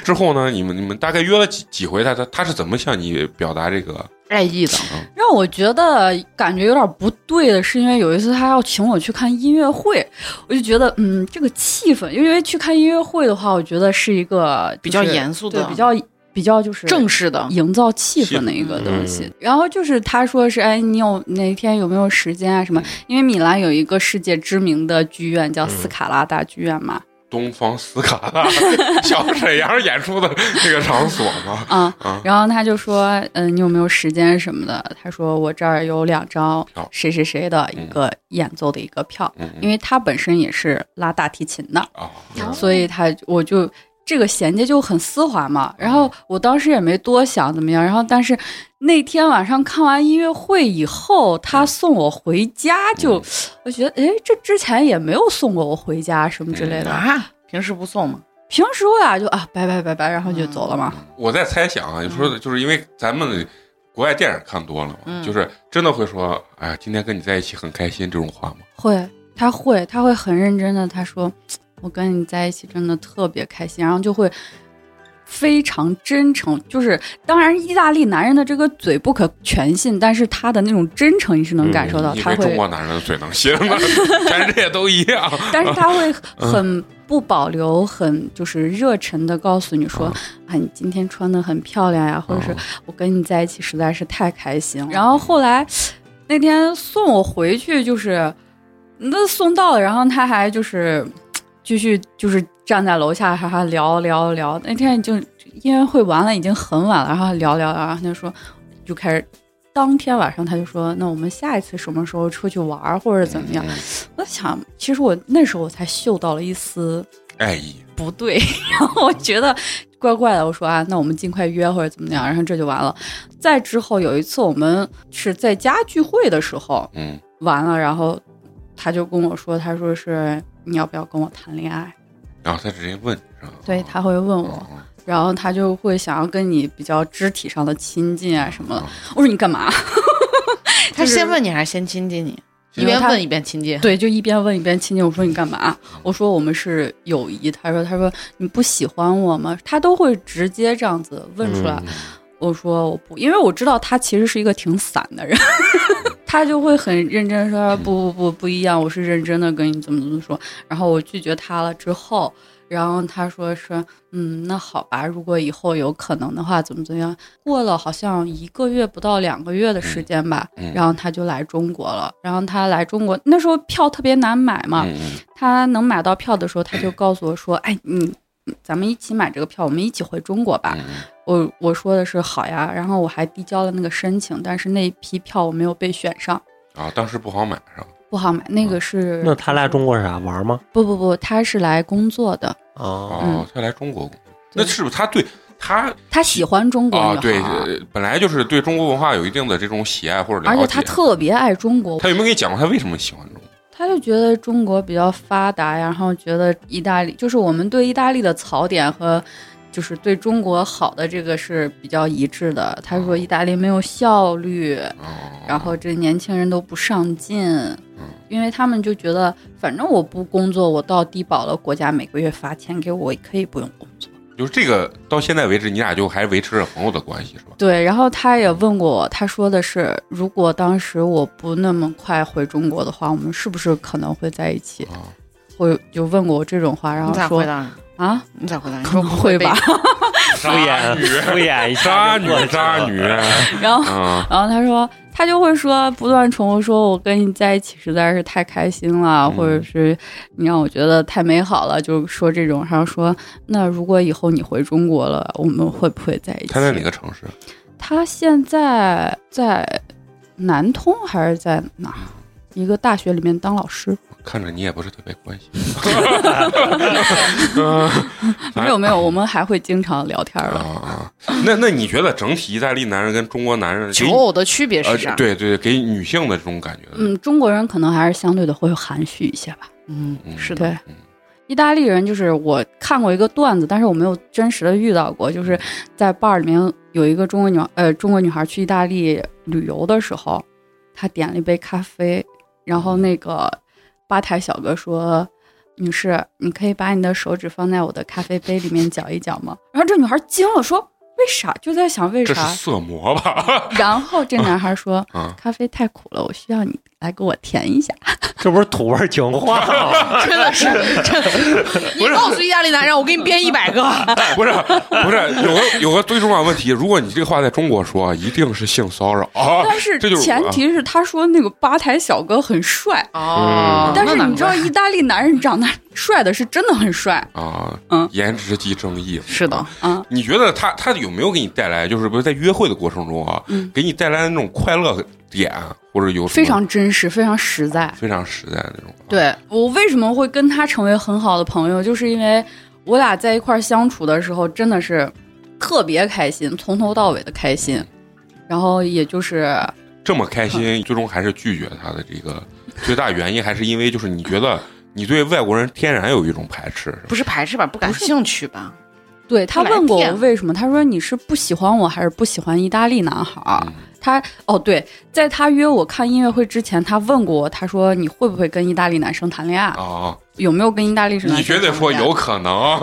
之后呢？你们你们大概约了几几回他？他他是怎么向你表达这个爱意的，让我觉得感觉有点不对的是，因为有一次他要请我去看音乐会，我就觉得嗯，这个气氛，因为去看音乐会的话，我觉得是一个、比较就是严肃对的，比较比较就是正式的。营造啊气氛嗯的一个东西。然后就是他说是，哎，你有哪天有没有时间啊？什么？因为米兰有一个世界知名的剧院叫斯卡拉大剧院嘛，东方斯卡拉 小沈阳演出的这个场所嘛，啊、啊然后他就说，嗯、你有没有时间什么的？他说我这儿有两张票谁谁谁的一个演奏的一个票，嗯因为他本身也是拉大提琴的，啊，哦所以他我就这个衔接就很丝滑嘛。然后我当时也没多想怎么样，然后但是那天晚上看完音乐会以后，他送我回家就，我觉得哎，这之前也没有送过我回家什么之类的。啊，平时不送吗？平时我俩就啊拜拜拜拜，然后就走了嘛。我在猜想嗯啊，你说的就是因为咱们国外电影看多了嘛，嗯就是真的会说，哎呀，今天跟你在一起很开心这种话吗？会，他会，他会很认真的，他说我跟你在一起真的特别开心，然后就会。非常真诚，就是当然，意大利男人的这个嘴不可全信，但是他的那种真诚你是能感受到，嗯你他为中会，国男人的嘴能信 吗？全世界都一样。但是他会很不保留，很就是热忱的告诉你说，啊，你今天穿的很漂亮呀，或者是我跟你在一起实在是太开心了。然后后来那天送我回去，就是那送到了，然后他还就是继续就是站在楼下哈哈聊聊聊。那天就音乐会完了，已经很晚了，然后聊聊聊，然后他就说就开始。当天晚上他就说：“那我们下一次什么时候出去玩儿，或者怎么样嗯？”我想，其实我那时候我才嗅到了一丝爱意，不对， 然后我觉得怪怪的。我说啊，那我们尽快约或者怎么样，然后这就完了。再之后有一次我们是在家聚会的时候嗯，完了，然后他就跟我说，他说是你要不要跟我谈恋爱？然后他直接问，是吧对，他会问我，嗯然后他就会想要跟你比较肢体上的亲近啊什么的嗯。我说你干嘛？他先问你还是先亲近你？一边问一边亲近。对，就一边问一边亲近。我说你干嘛？我说我们是友谊。他说他说你不喜欢我吗？他都会直接这样子问出来。嗯我说我不，因为我知道他其实是一个挺散的人， 他就会很认嗯真地说不不不不一样，我是认真的跟你怎么怎么说。然后我拒绝他了之后，然后他说是嗯，那好吧，如果以后有可能的话，怎么怎么样。过了好像一个月不到两个月的时间吧，嗯然后他就来中国了。然后他来中国那时候票特别难买嘛，嗯嗯他能买到票的时候，他就告诉我说：“哎，你咱们一起买这个票，我们一起回中国吧。嗯嗯我我说的是好呀，然后我还递交了那个申请，但是那一批票我没有被选上，啊，当时不好买是吧？不好买。那个是、哦那他来中国是啥玩儿吗？不不不，他是来工作的，啊，哦，他来中国，嗯对那是不是他对他他喜欢中国啊？女对孩儿，，呃本来就是对中国文化有一定的这种喜爱或者了而解。且他特别爱中国，他有没有跟你讲过他为什么喜欢中国？他就觉得中国比较发达呀，然后觉得意大利就是我们对意大利的槽点和就是对中国好的这个是比较一致的。他说意大利没有效率，哦，然后这年轻人都不上进，因为他们就觉得反正我不工作，我到低保了，国家每个月发钱给我，也可以不用工作。就是这个到现在为止，你俩就还维持着朋友的关系是吧？对，然后他也问过我，他说的是，如果当时我不那么快回中国的话，我们是不是可能会在一起？啊，会就问过我这种话，然你后咋说回答？啊，你咋回答？你可说能不会被吧。敷衍啊敷衍一渣下就女过去了，渣女， 然后，啊，然后他说，他就会说，不断重复说，我跟你在一起实在是太开心嗯了，或者是你让我觉得太美好了，就说这种。然后说，那如果以后你回中国了，我们会不会在一起？他在哪个城市？他现在在南通还是在哪儿？一个大学里面当老师？看着你也不是特别关心。啊没有没有，我们还会经常聊天的。啊，那那你觉得整体意大利男人跟中国男人求偶的区别呃是啥？，对对，给女性的这种感觉，嗯，中国人可能还是相对的会含蓄一些吧。嗯，嗯是的。对，意大利人就是我看过一个段子，但是我没有真实的遇到过，就是在 bar 里面有一个中国女呃中国女孩去意大利旅游的时候，她点了一杯咖啡，然后那个吧台小哥说。女 士，你可以把你的手指放在我的咖啡杯里面搅一搅吗？然后这女孩惊了，说：“为啥？就在想为这啥是？色魔吧？然后这男孩说嗯：“咖啡太苦了，我需要你来给我甜一下。这不是土味情话吗？真的 是，真的 你告诉意大利男人，我给你编一百个。 不是不是，有个有个最重要的问题，如果你这个话在中国说，啊一定是性骚扰啊”。但是这就是前我啊提是他说那个吧台小哥很帅，哦，但是那你知道难怪意大利男人长得帅的是真的很帅啊，嗯颜值即正义是的，啊。你觉得他他有没有给你带来，就是不是在约会的过程中啊，嗯给你带来那种快乐点，啊或者有什么非常真实，非常实在。非常实在的那种？对，我为什么会跟他成为很好的朋友，就是因为我俩在一块儿相处的时候，真的是特别开心，从头到尾的开心。然后也就是这么开嗯心，最终还是拒绝他的这个最大原因，还是因为就是你觉得你对外国人天然有一种排斥，不是排斥吧，不感兴趣吧？对他不来问过我电为什么，他说你是不喜欢我还是不喜欢意大利男孩儿？嗯他哦对，在他约我看音乐会之前，他问过我，他说你会不会跟意大利男生谈恋爱？啊，有没有跟意大利男生你绝对谈说恋爱有，可能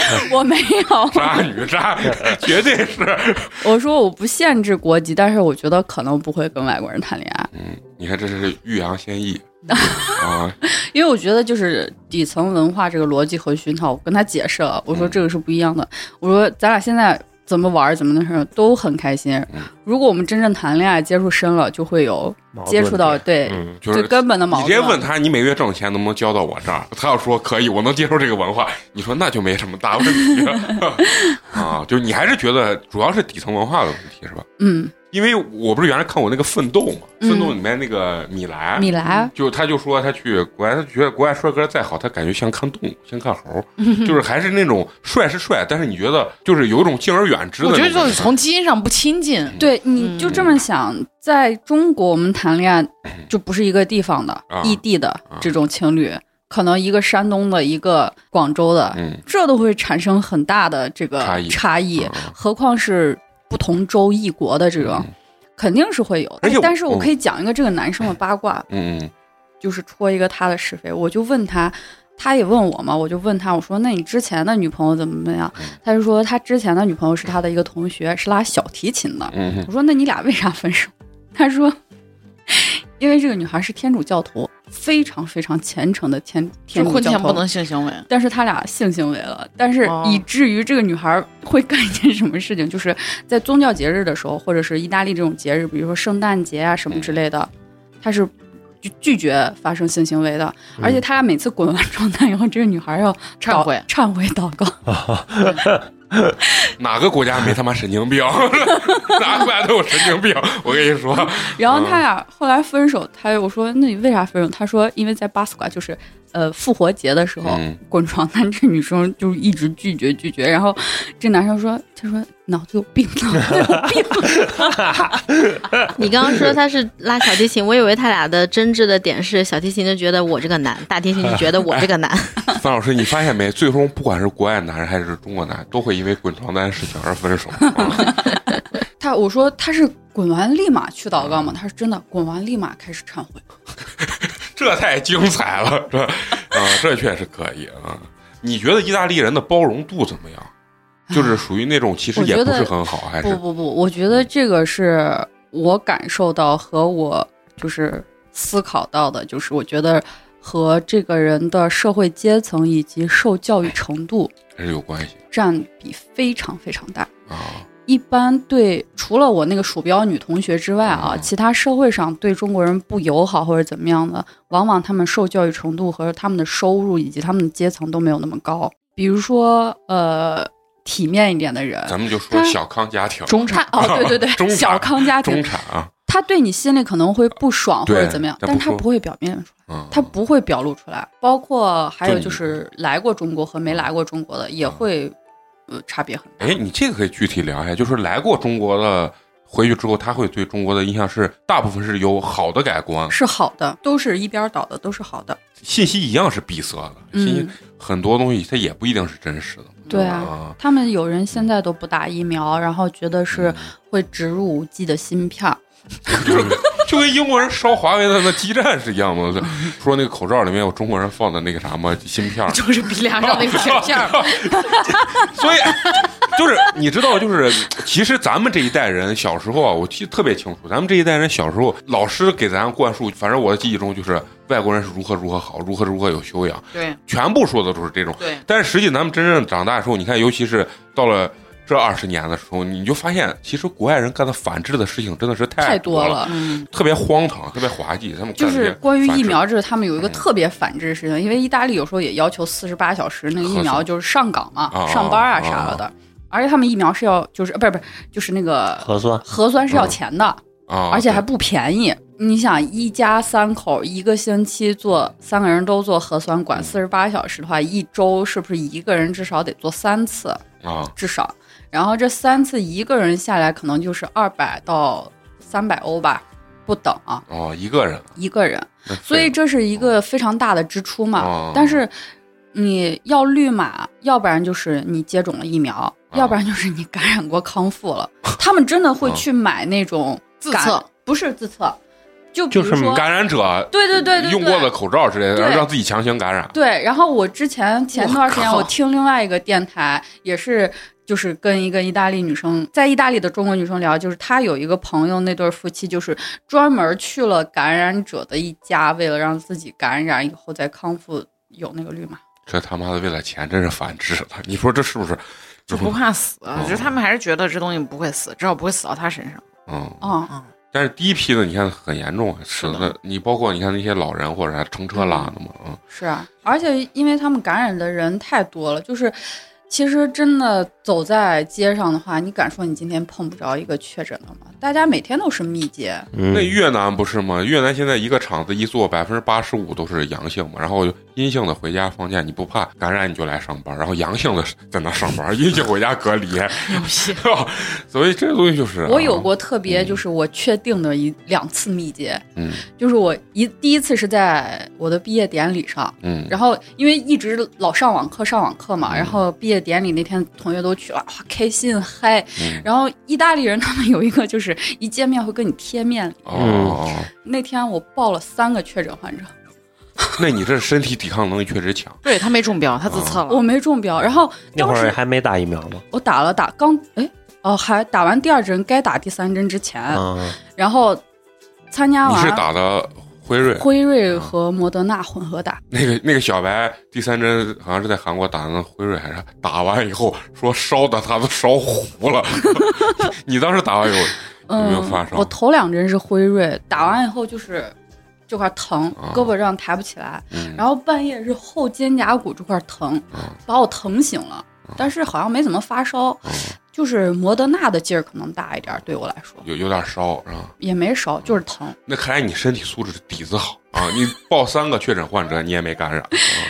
我没有。渣女渣女，绝对是。我说我不限制国籍，但是我觉得可能不会跟外国人谈恋爱。嗯，你看这是欲扬先抑啊，因为我觉得就是底层文化这个逻辑和熏陶，我跟他解释了，我嗯说这个是不一样的，我说咱俩现在怎么玩儿怎么那什么都很开心嗯，如果我们真正谈恋爱接触深了，就会有矛盾接触到点对嗯，就是最根本的矛你盾。直接问他，你每月挣的钱能不能交到我这儿？他要说可以，我能接受这个文化，你说那就没什么大问题 啊。就是你还是觉得主要是底层文化的问题是吧？嗯，因为我不是原来看过那个《奋斗》嘛，《嗯奋斗》里面那个米莱，米莱，就他就说他去国外，他觉得国外帅哥再好，他感觉像看动物，像看猴儿，就是还是那种帅是帅，但是你觉得就是有一种敬而远之的我那觉种得感觉。就是嗯从基因上不亲近。对，你嗯就这么想，在中国我们谈恋爱就不是一个地方的嗯啊异地的这种情侣，可能一个山东的，一个广州的，嗯，这都会产生很大的这个差异差异嗯，何况是不同州异国的这种嗯，肯定是会有而且的我。但是我可以讲一个这个男生的八卦，嗯嗯就是戳一个他的是非。我就问他，他也问我嘛，我就问他，我说那你之前的女朋友怎么怎么样？嗯他就说他之前的女朋友是他的一个同学，是拉小提琴的。嗯嗯我说那你俩为啥分手？他说，因为这个女孩是天主教徒，非常非常虔诚的天就天主婚教前徒。不能性行为，但是他俩性行为了，但是哦以至于这个女孩会干一件什么事情，就是在宗教节日的时候，或者是意大利这种节日，比如说圣诞节啊什么之类的，她是拒拒绝发生性行为的。而且他俩每次滚完床单以后，这个女孩要嗯忏祷悔忏悔祷告。哪个国家没他妈神经病？ 哪个国家都有神经病。我跟你说，然后他俩后来分手，他我说那你为啥分手？他说因为在巴斯瓜就是呃复活节的时候、嗯滚床单，这女生就是一直拒绝拒绝。然后这男生说，他说脑子有病， 脑子有病。 你刚刚说他是拉小提琴，我以为他俩的争执的点是小提琴就觉得我这个难，大提琴就觉得我这个 难。范老师，你发现没？最终不管是国外男人还是中国男人，都会因为滚床单事情而分 手。他我说他是滚完立马去祷告吗？他说真的，滚完立马开始忏悔。这太精彩了，这啊、这确实可以啊。你觉得意大利人的包容度怎么样？就是属于那种其实也不是很好，还不是不不，我觉得这个是我感受到和我就是思考到的，就是我觉得和这个人的社会阶层以及受教育程度还是有关系占比非常非常大。啊？一般对除了我那个鼠标女同学之外啊，嗯其他社会上对中国人不友好或者怎么样的，往往他们受教育程度和他们的收入以及他们的阶层都没有那么高。比如说，呃，体面一点的人，咱们就说小康家庭，中他产哦， 对对中对，产小康家中庭，产啊，他对你心里可能会不爽或对者怎么样，他但不他说不会表面出来，嗯，他不会表露出来。包括还有对嗯就是来过中国和没来过中国的也会，呃，差别很大。哎，你这个可以具体聊一下，就是来过中国的回去之后，他会对中国的印象是大部分是有好的改观，是好的，都是一边倒的，都是好的。信息一样是闭塞的，信息嗯很多东西它也不一定是真实的。对啊，啊，他们有人现在都嗯不打疫苗，然后觉得是会植入无剂的芯片儿。就是 就跟英国人烧华为的那基站是一样 的，说那个口罩里面有中国人放的那个啥嘛芯片儿，就是鼻梁上那个铁 片儿， 所以就是你知道，就是其实咱们这一代人小时候啊，我记得特别清楚，咱们这一代人小时候老师给咱灌输，反正我的记忆中就是外国人是如何如何好，如何如何有修养，对全部说的都是这种。对，但是实际咱们真正长大的时候，你看，尤其是到了这二十年的时候，你就发现，其实国外人干的反制的事情真的是太多多了。 嗯，特别荒唐，特别滑稽。他们就干这是些关于反疫制苗，这他们有一个嗯特别反制的事情，因为意大利有时候也要求四十八小时那个核疫酸苗就是上岗嘛啊，上班啊啊啥了的，而且他们疫苗是要就是呃不是不是就是那个核酸核酸是要钱的，啊，而且还不便宜。你想一家三口一个星期做三个人都做核酸，嗯管四十八小时的话，一周是不是一个人至少得做三次？啊，至少，然后这三次一个人下来可能就是二百到三百欧吧，不等啊，哦，一个人，一个人。那所以废这是一个非常大的支出嘛。哦但是你要绿码，要不然就是你接种了疫苗，要不然就是你感染过康复了。他们真的会哦去买那种自感测，不是自测，就比如就是说。感染者对对对对对，用过的口罩之类的，对然后让自己强行感染。对，然后我之前前段时间我靠我听另外一个电台也是。就是跟一个意大利女生，在意大利的中国女生聊，就是她有一个朋友，那对夫妻就是专门去了感染者的一家，为了让自己感染以后再康复有那个绿码。这他妈的为了钱，真是反制了。 你说这是不是？就哦不怕死。嗯我觉得他们还是觉得这东西不会死，至少不会死到他身上。嗯，哦，但是第一批的你看很严重，死的的你包括你看那些老人或者还乘车拉的嘛，嗯，是啊，而且因为他们感染的人太多了，就是其实真的走在街上的话，你敢说你今天碰不着一个确诊的吗？大家每天都是密接，嗯那越南不是吗？越南现在一个厂子一做，百分之八十五都是阳性嘛，然后阴性的回家放假，你不怕感染你就来上班，然后阳性的在那上 班，阴性回家隔离，牛逼！ 所以这东西就是啊我有，过特别，嗯就是我确定的一两次密接，嗯就是我一第一次是在我的毕业典礼上，嗯，然后因为一直老上网课上网课嘛，嗯然后毕业典礼那天同学都去了，哇，开心嗨。嗯然后意大利人他们有一个就是一见面会跟你贴面，哦，那天我报了三个确诊患者，那你这身体抵抗能力确实强，对他没中标，他自测了。我没中标，然后那当会儿时还没打疫苗吗？我打了打刚哎哦还打完第二针该打第三针之前，啊，然后参加嗯你完是打嗯的辉瑞，啊辉瑞和摩德纳混合打。那个那个小白第三针好像是在韩国打的辉瑞还是打完以后说烧的他都烧糊了， 你当时打完以后有没有发烧嗯我头两针是辉瑞，打完以后就是这块疼啊，胳膊这样抬不起来，嗯然后半夜是后肩胛骨这块疼啊，把我疼醒了，嗯但是好像没怎么发烧，就是摩德纳的劲儿可能大一点，对我来说有有点烧是吧？也没烧，就是疼。那看来你身体素质底子好啊！你报三个确诊患者，你也没感染。啊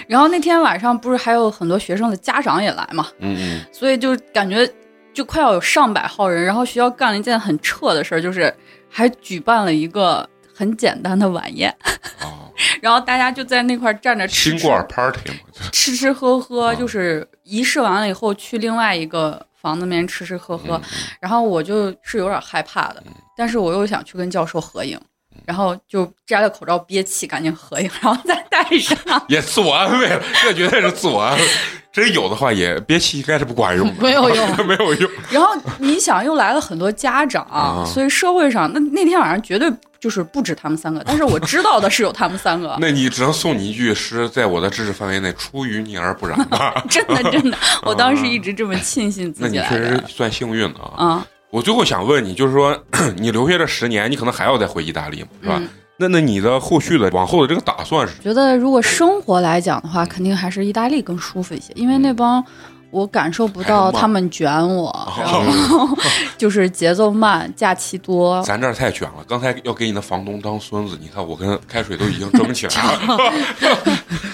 然后那天晚上不是还有很多学生的家长也来嘛，嗯所以就感觉就快要有上百号人，然后学校干了一件很彻的事儿，就是还举办了一个很简单的晚宴。嗯啊，哦然后大家就在那块儿哦站着吃新吃冠 party 嘛，就是吃吃喝喝，嗯就是仪式完了以后去另外一个房子里面吃吃喝喝。嗯然后我就是有点害怕的，但是我又想去跟教授合影，嗯然后就摘了口罩憋气，赶紧合影，然后再戴上。也自我安慰了，这绝对是自我安慰。 真有的话也憋气，应该是不管用的，没有 用，没有用。然后你想，又来了很多家长，啊，所以社会上那那天晚上绝对就是不止他们三个，但是我知道的是有他们三个那你只能送你一句诗，在我的知识范围内，出淤泥而不染吧。真的 真的，我当时一直这么庆幸啊那自你己确来实的。算幸运的啊！啊，我最后想问你，就是说 你留学这十年，你可能还要再回意大利嘛，是吧？嗯那那你的后续的往后的这个打算是？觉得如果生活来讲的话，肯定还是意大利更舒服一些，因为那帮我感受不嗯还到有慢哦他们卷我，然后 就是节奏慢，假期 多。咱这儿太卷了，刚才要给你的房东当孙子，你看我跟开水都已经争起来 了。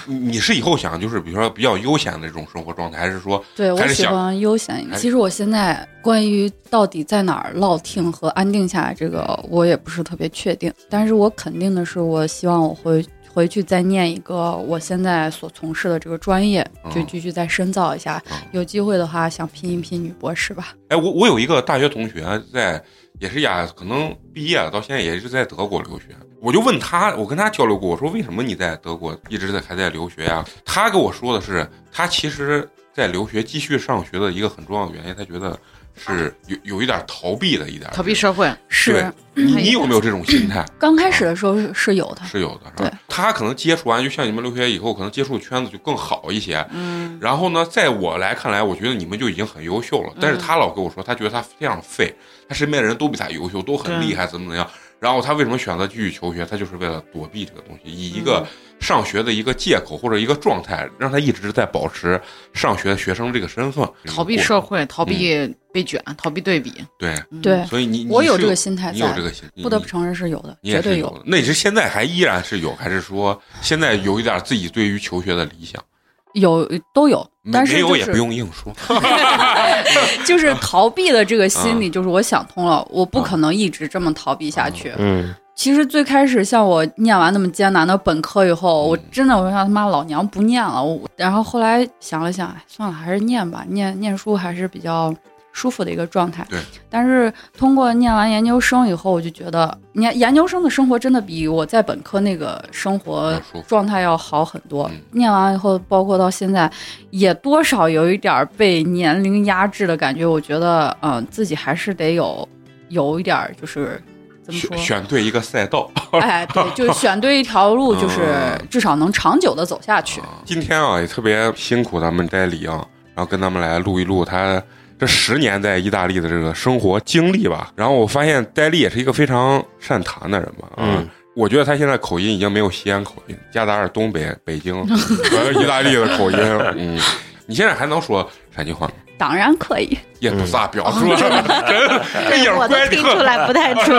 你你是以后想就是比如说比较悠闲的这种生活状态，还是说对我还是喜想欢悠闲一还点。是其实我现在关于到底在哪儿落听和安定下来，这个我也不是特别确定。但是我肯定的是，我希望我回回去再念一个我现在所从事的这个专业，就嗯继续再深造一下。嗯有机会的话，想拼一拼女博士吧。哎，我我有一个大学同学在也是呀，可能毕业了到现在也是在德国留学。我就问他，我跟他交流过，我说为什么你在德国一直在还在留学呀？他跟我说的是，他其实在留学继续上学的一个很重要的原因，他觉得是有有一点逃避的一点。逃避社会，是对嗯你，你有没有这种心态？刚开始的时候是是有的，是有的，是对吧？他可能接触完，就像你们留学以后，可能接触圈子就更好一些。嗯，然后呢，在我来看来，我觉得你们就已经很优秀了。嗯但是他老跟我说，他觉得他非常废，他身边的人都比他优秀，都很厉害，怎么怎么样。然后他为什么选择继续求学？他就是为了躲避这个东西，以一嗯个上学的一个借口或者一个状态，让他一直在保持上学学生这个身份，逃避社会，逃避被卷，逃避对比。对。嗯对所以你你我有是这个心态你有在这个心，不得你不承认是有的，你也绝对是有。的。那你是现在还依然是有，还是说现在有一点自己对于求学的理想？有都有，没但是没就有也不是用嗯硬说。就是逃避的这个心嗯理，就是我想通了，我不可能一直这么逃避下去。嗯，其实最开始像我念完那么艰难的本科以后，嗯我真的我想他妈老娘不念了。我然后后来想了想，哎，算了，还是念吧，念念书还是比较舒服的一个状态。对。但是通过念完研究生以后，我就觉得，研研究生的生活真的比我在本科那个生要活舒服状态要好很多。嗯念完以后，包括到现在，也多少有一点儿被年龄压制的感觉。我觉得，嗯、自己还是得有有一点儿就是。怎么说选？选对一个赛道。 哎，对，就是选对一条路，就是嗯至少能长久的走下去。今天啊，也特别辛苦咱们在里昂，然后跟他们来录一录他这十年在意大利的这个生活经历吧。然后我发现戴笠也是一个非常善谈的人嘛，啊嗯我觉得他现在口音已经没有西安口音，夹杂着东北、北京和意大利的口音。嗯，你现在还能说陕西话吗？当然可以，也不咋表说，真这影哦我儿都怪听得出很，来不太出。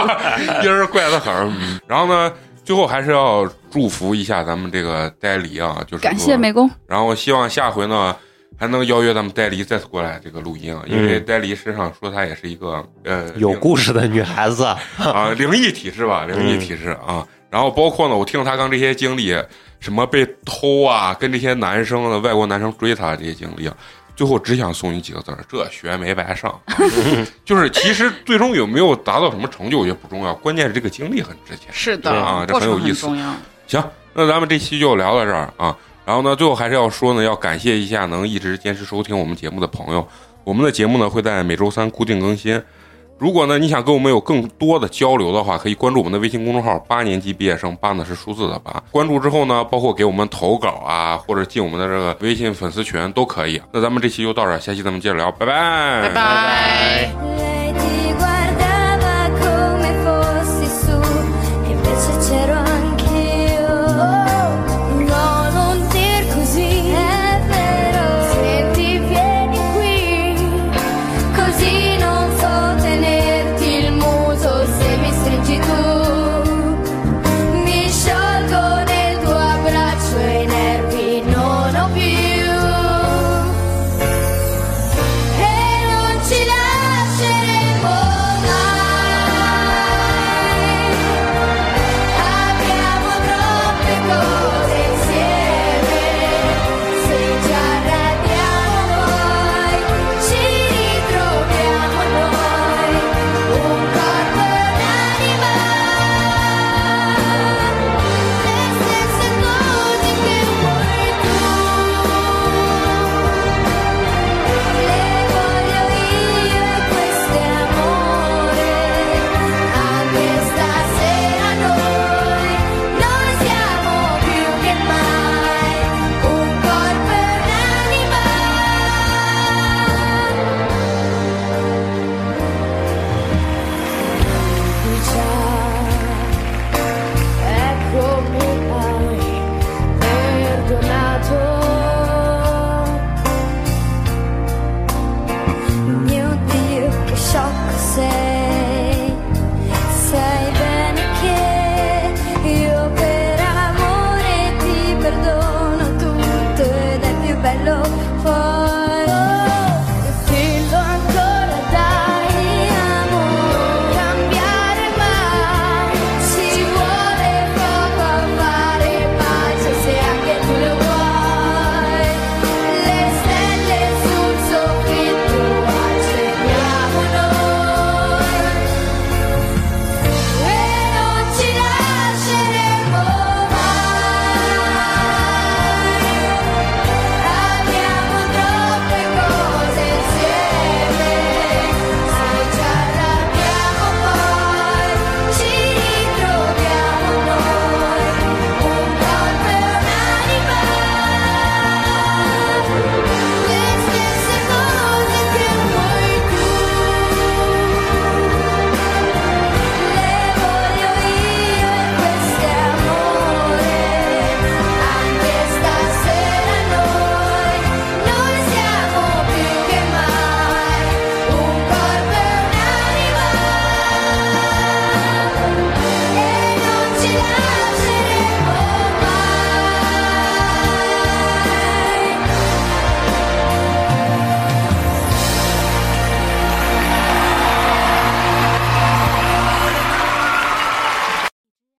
影儿怪得很。嗯然后呢，最后还是要祝福一下咱们这个戴笠啊，就是感说谢美工，然后希望下回呢还能邀约咱们戴黎再次过来这个录音啊，因为戴黎身上说她也是一个呃有灵故事的女孩子，啊灵异体质吧，灵异体质啊。然后包括呢，我听她刚这些经历，什么被偷啊，跟这些男生的外国男生追她这些经历啊。最后只想送你几个字儿：这学没白上。啊就是其实最终有没有达到什么成就，我觉得不重要，关键是这个经历很值钱。是对啊的，这过很程有意很思嗯重要。行，那咱们这期就聊到这儿啊。然后呢，最后还是要说呢，要感谢一下能一直坚持收听我们节目的朋友。我们的节目呢会在每周三固定更新。如果呢你想跟我们有更多的交流的话，可以关注我们的微信公众号“八年级毕业生”，八呢是数字的八。关注之后呢，包括给我们投稿啊，或者进我们的这个微信粉丝群都可以。那咱们这期就到这儿，下期咱们接着聊，拜拜，拜拜。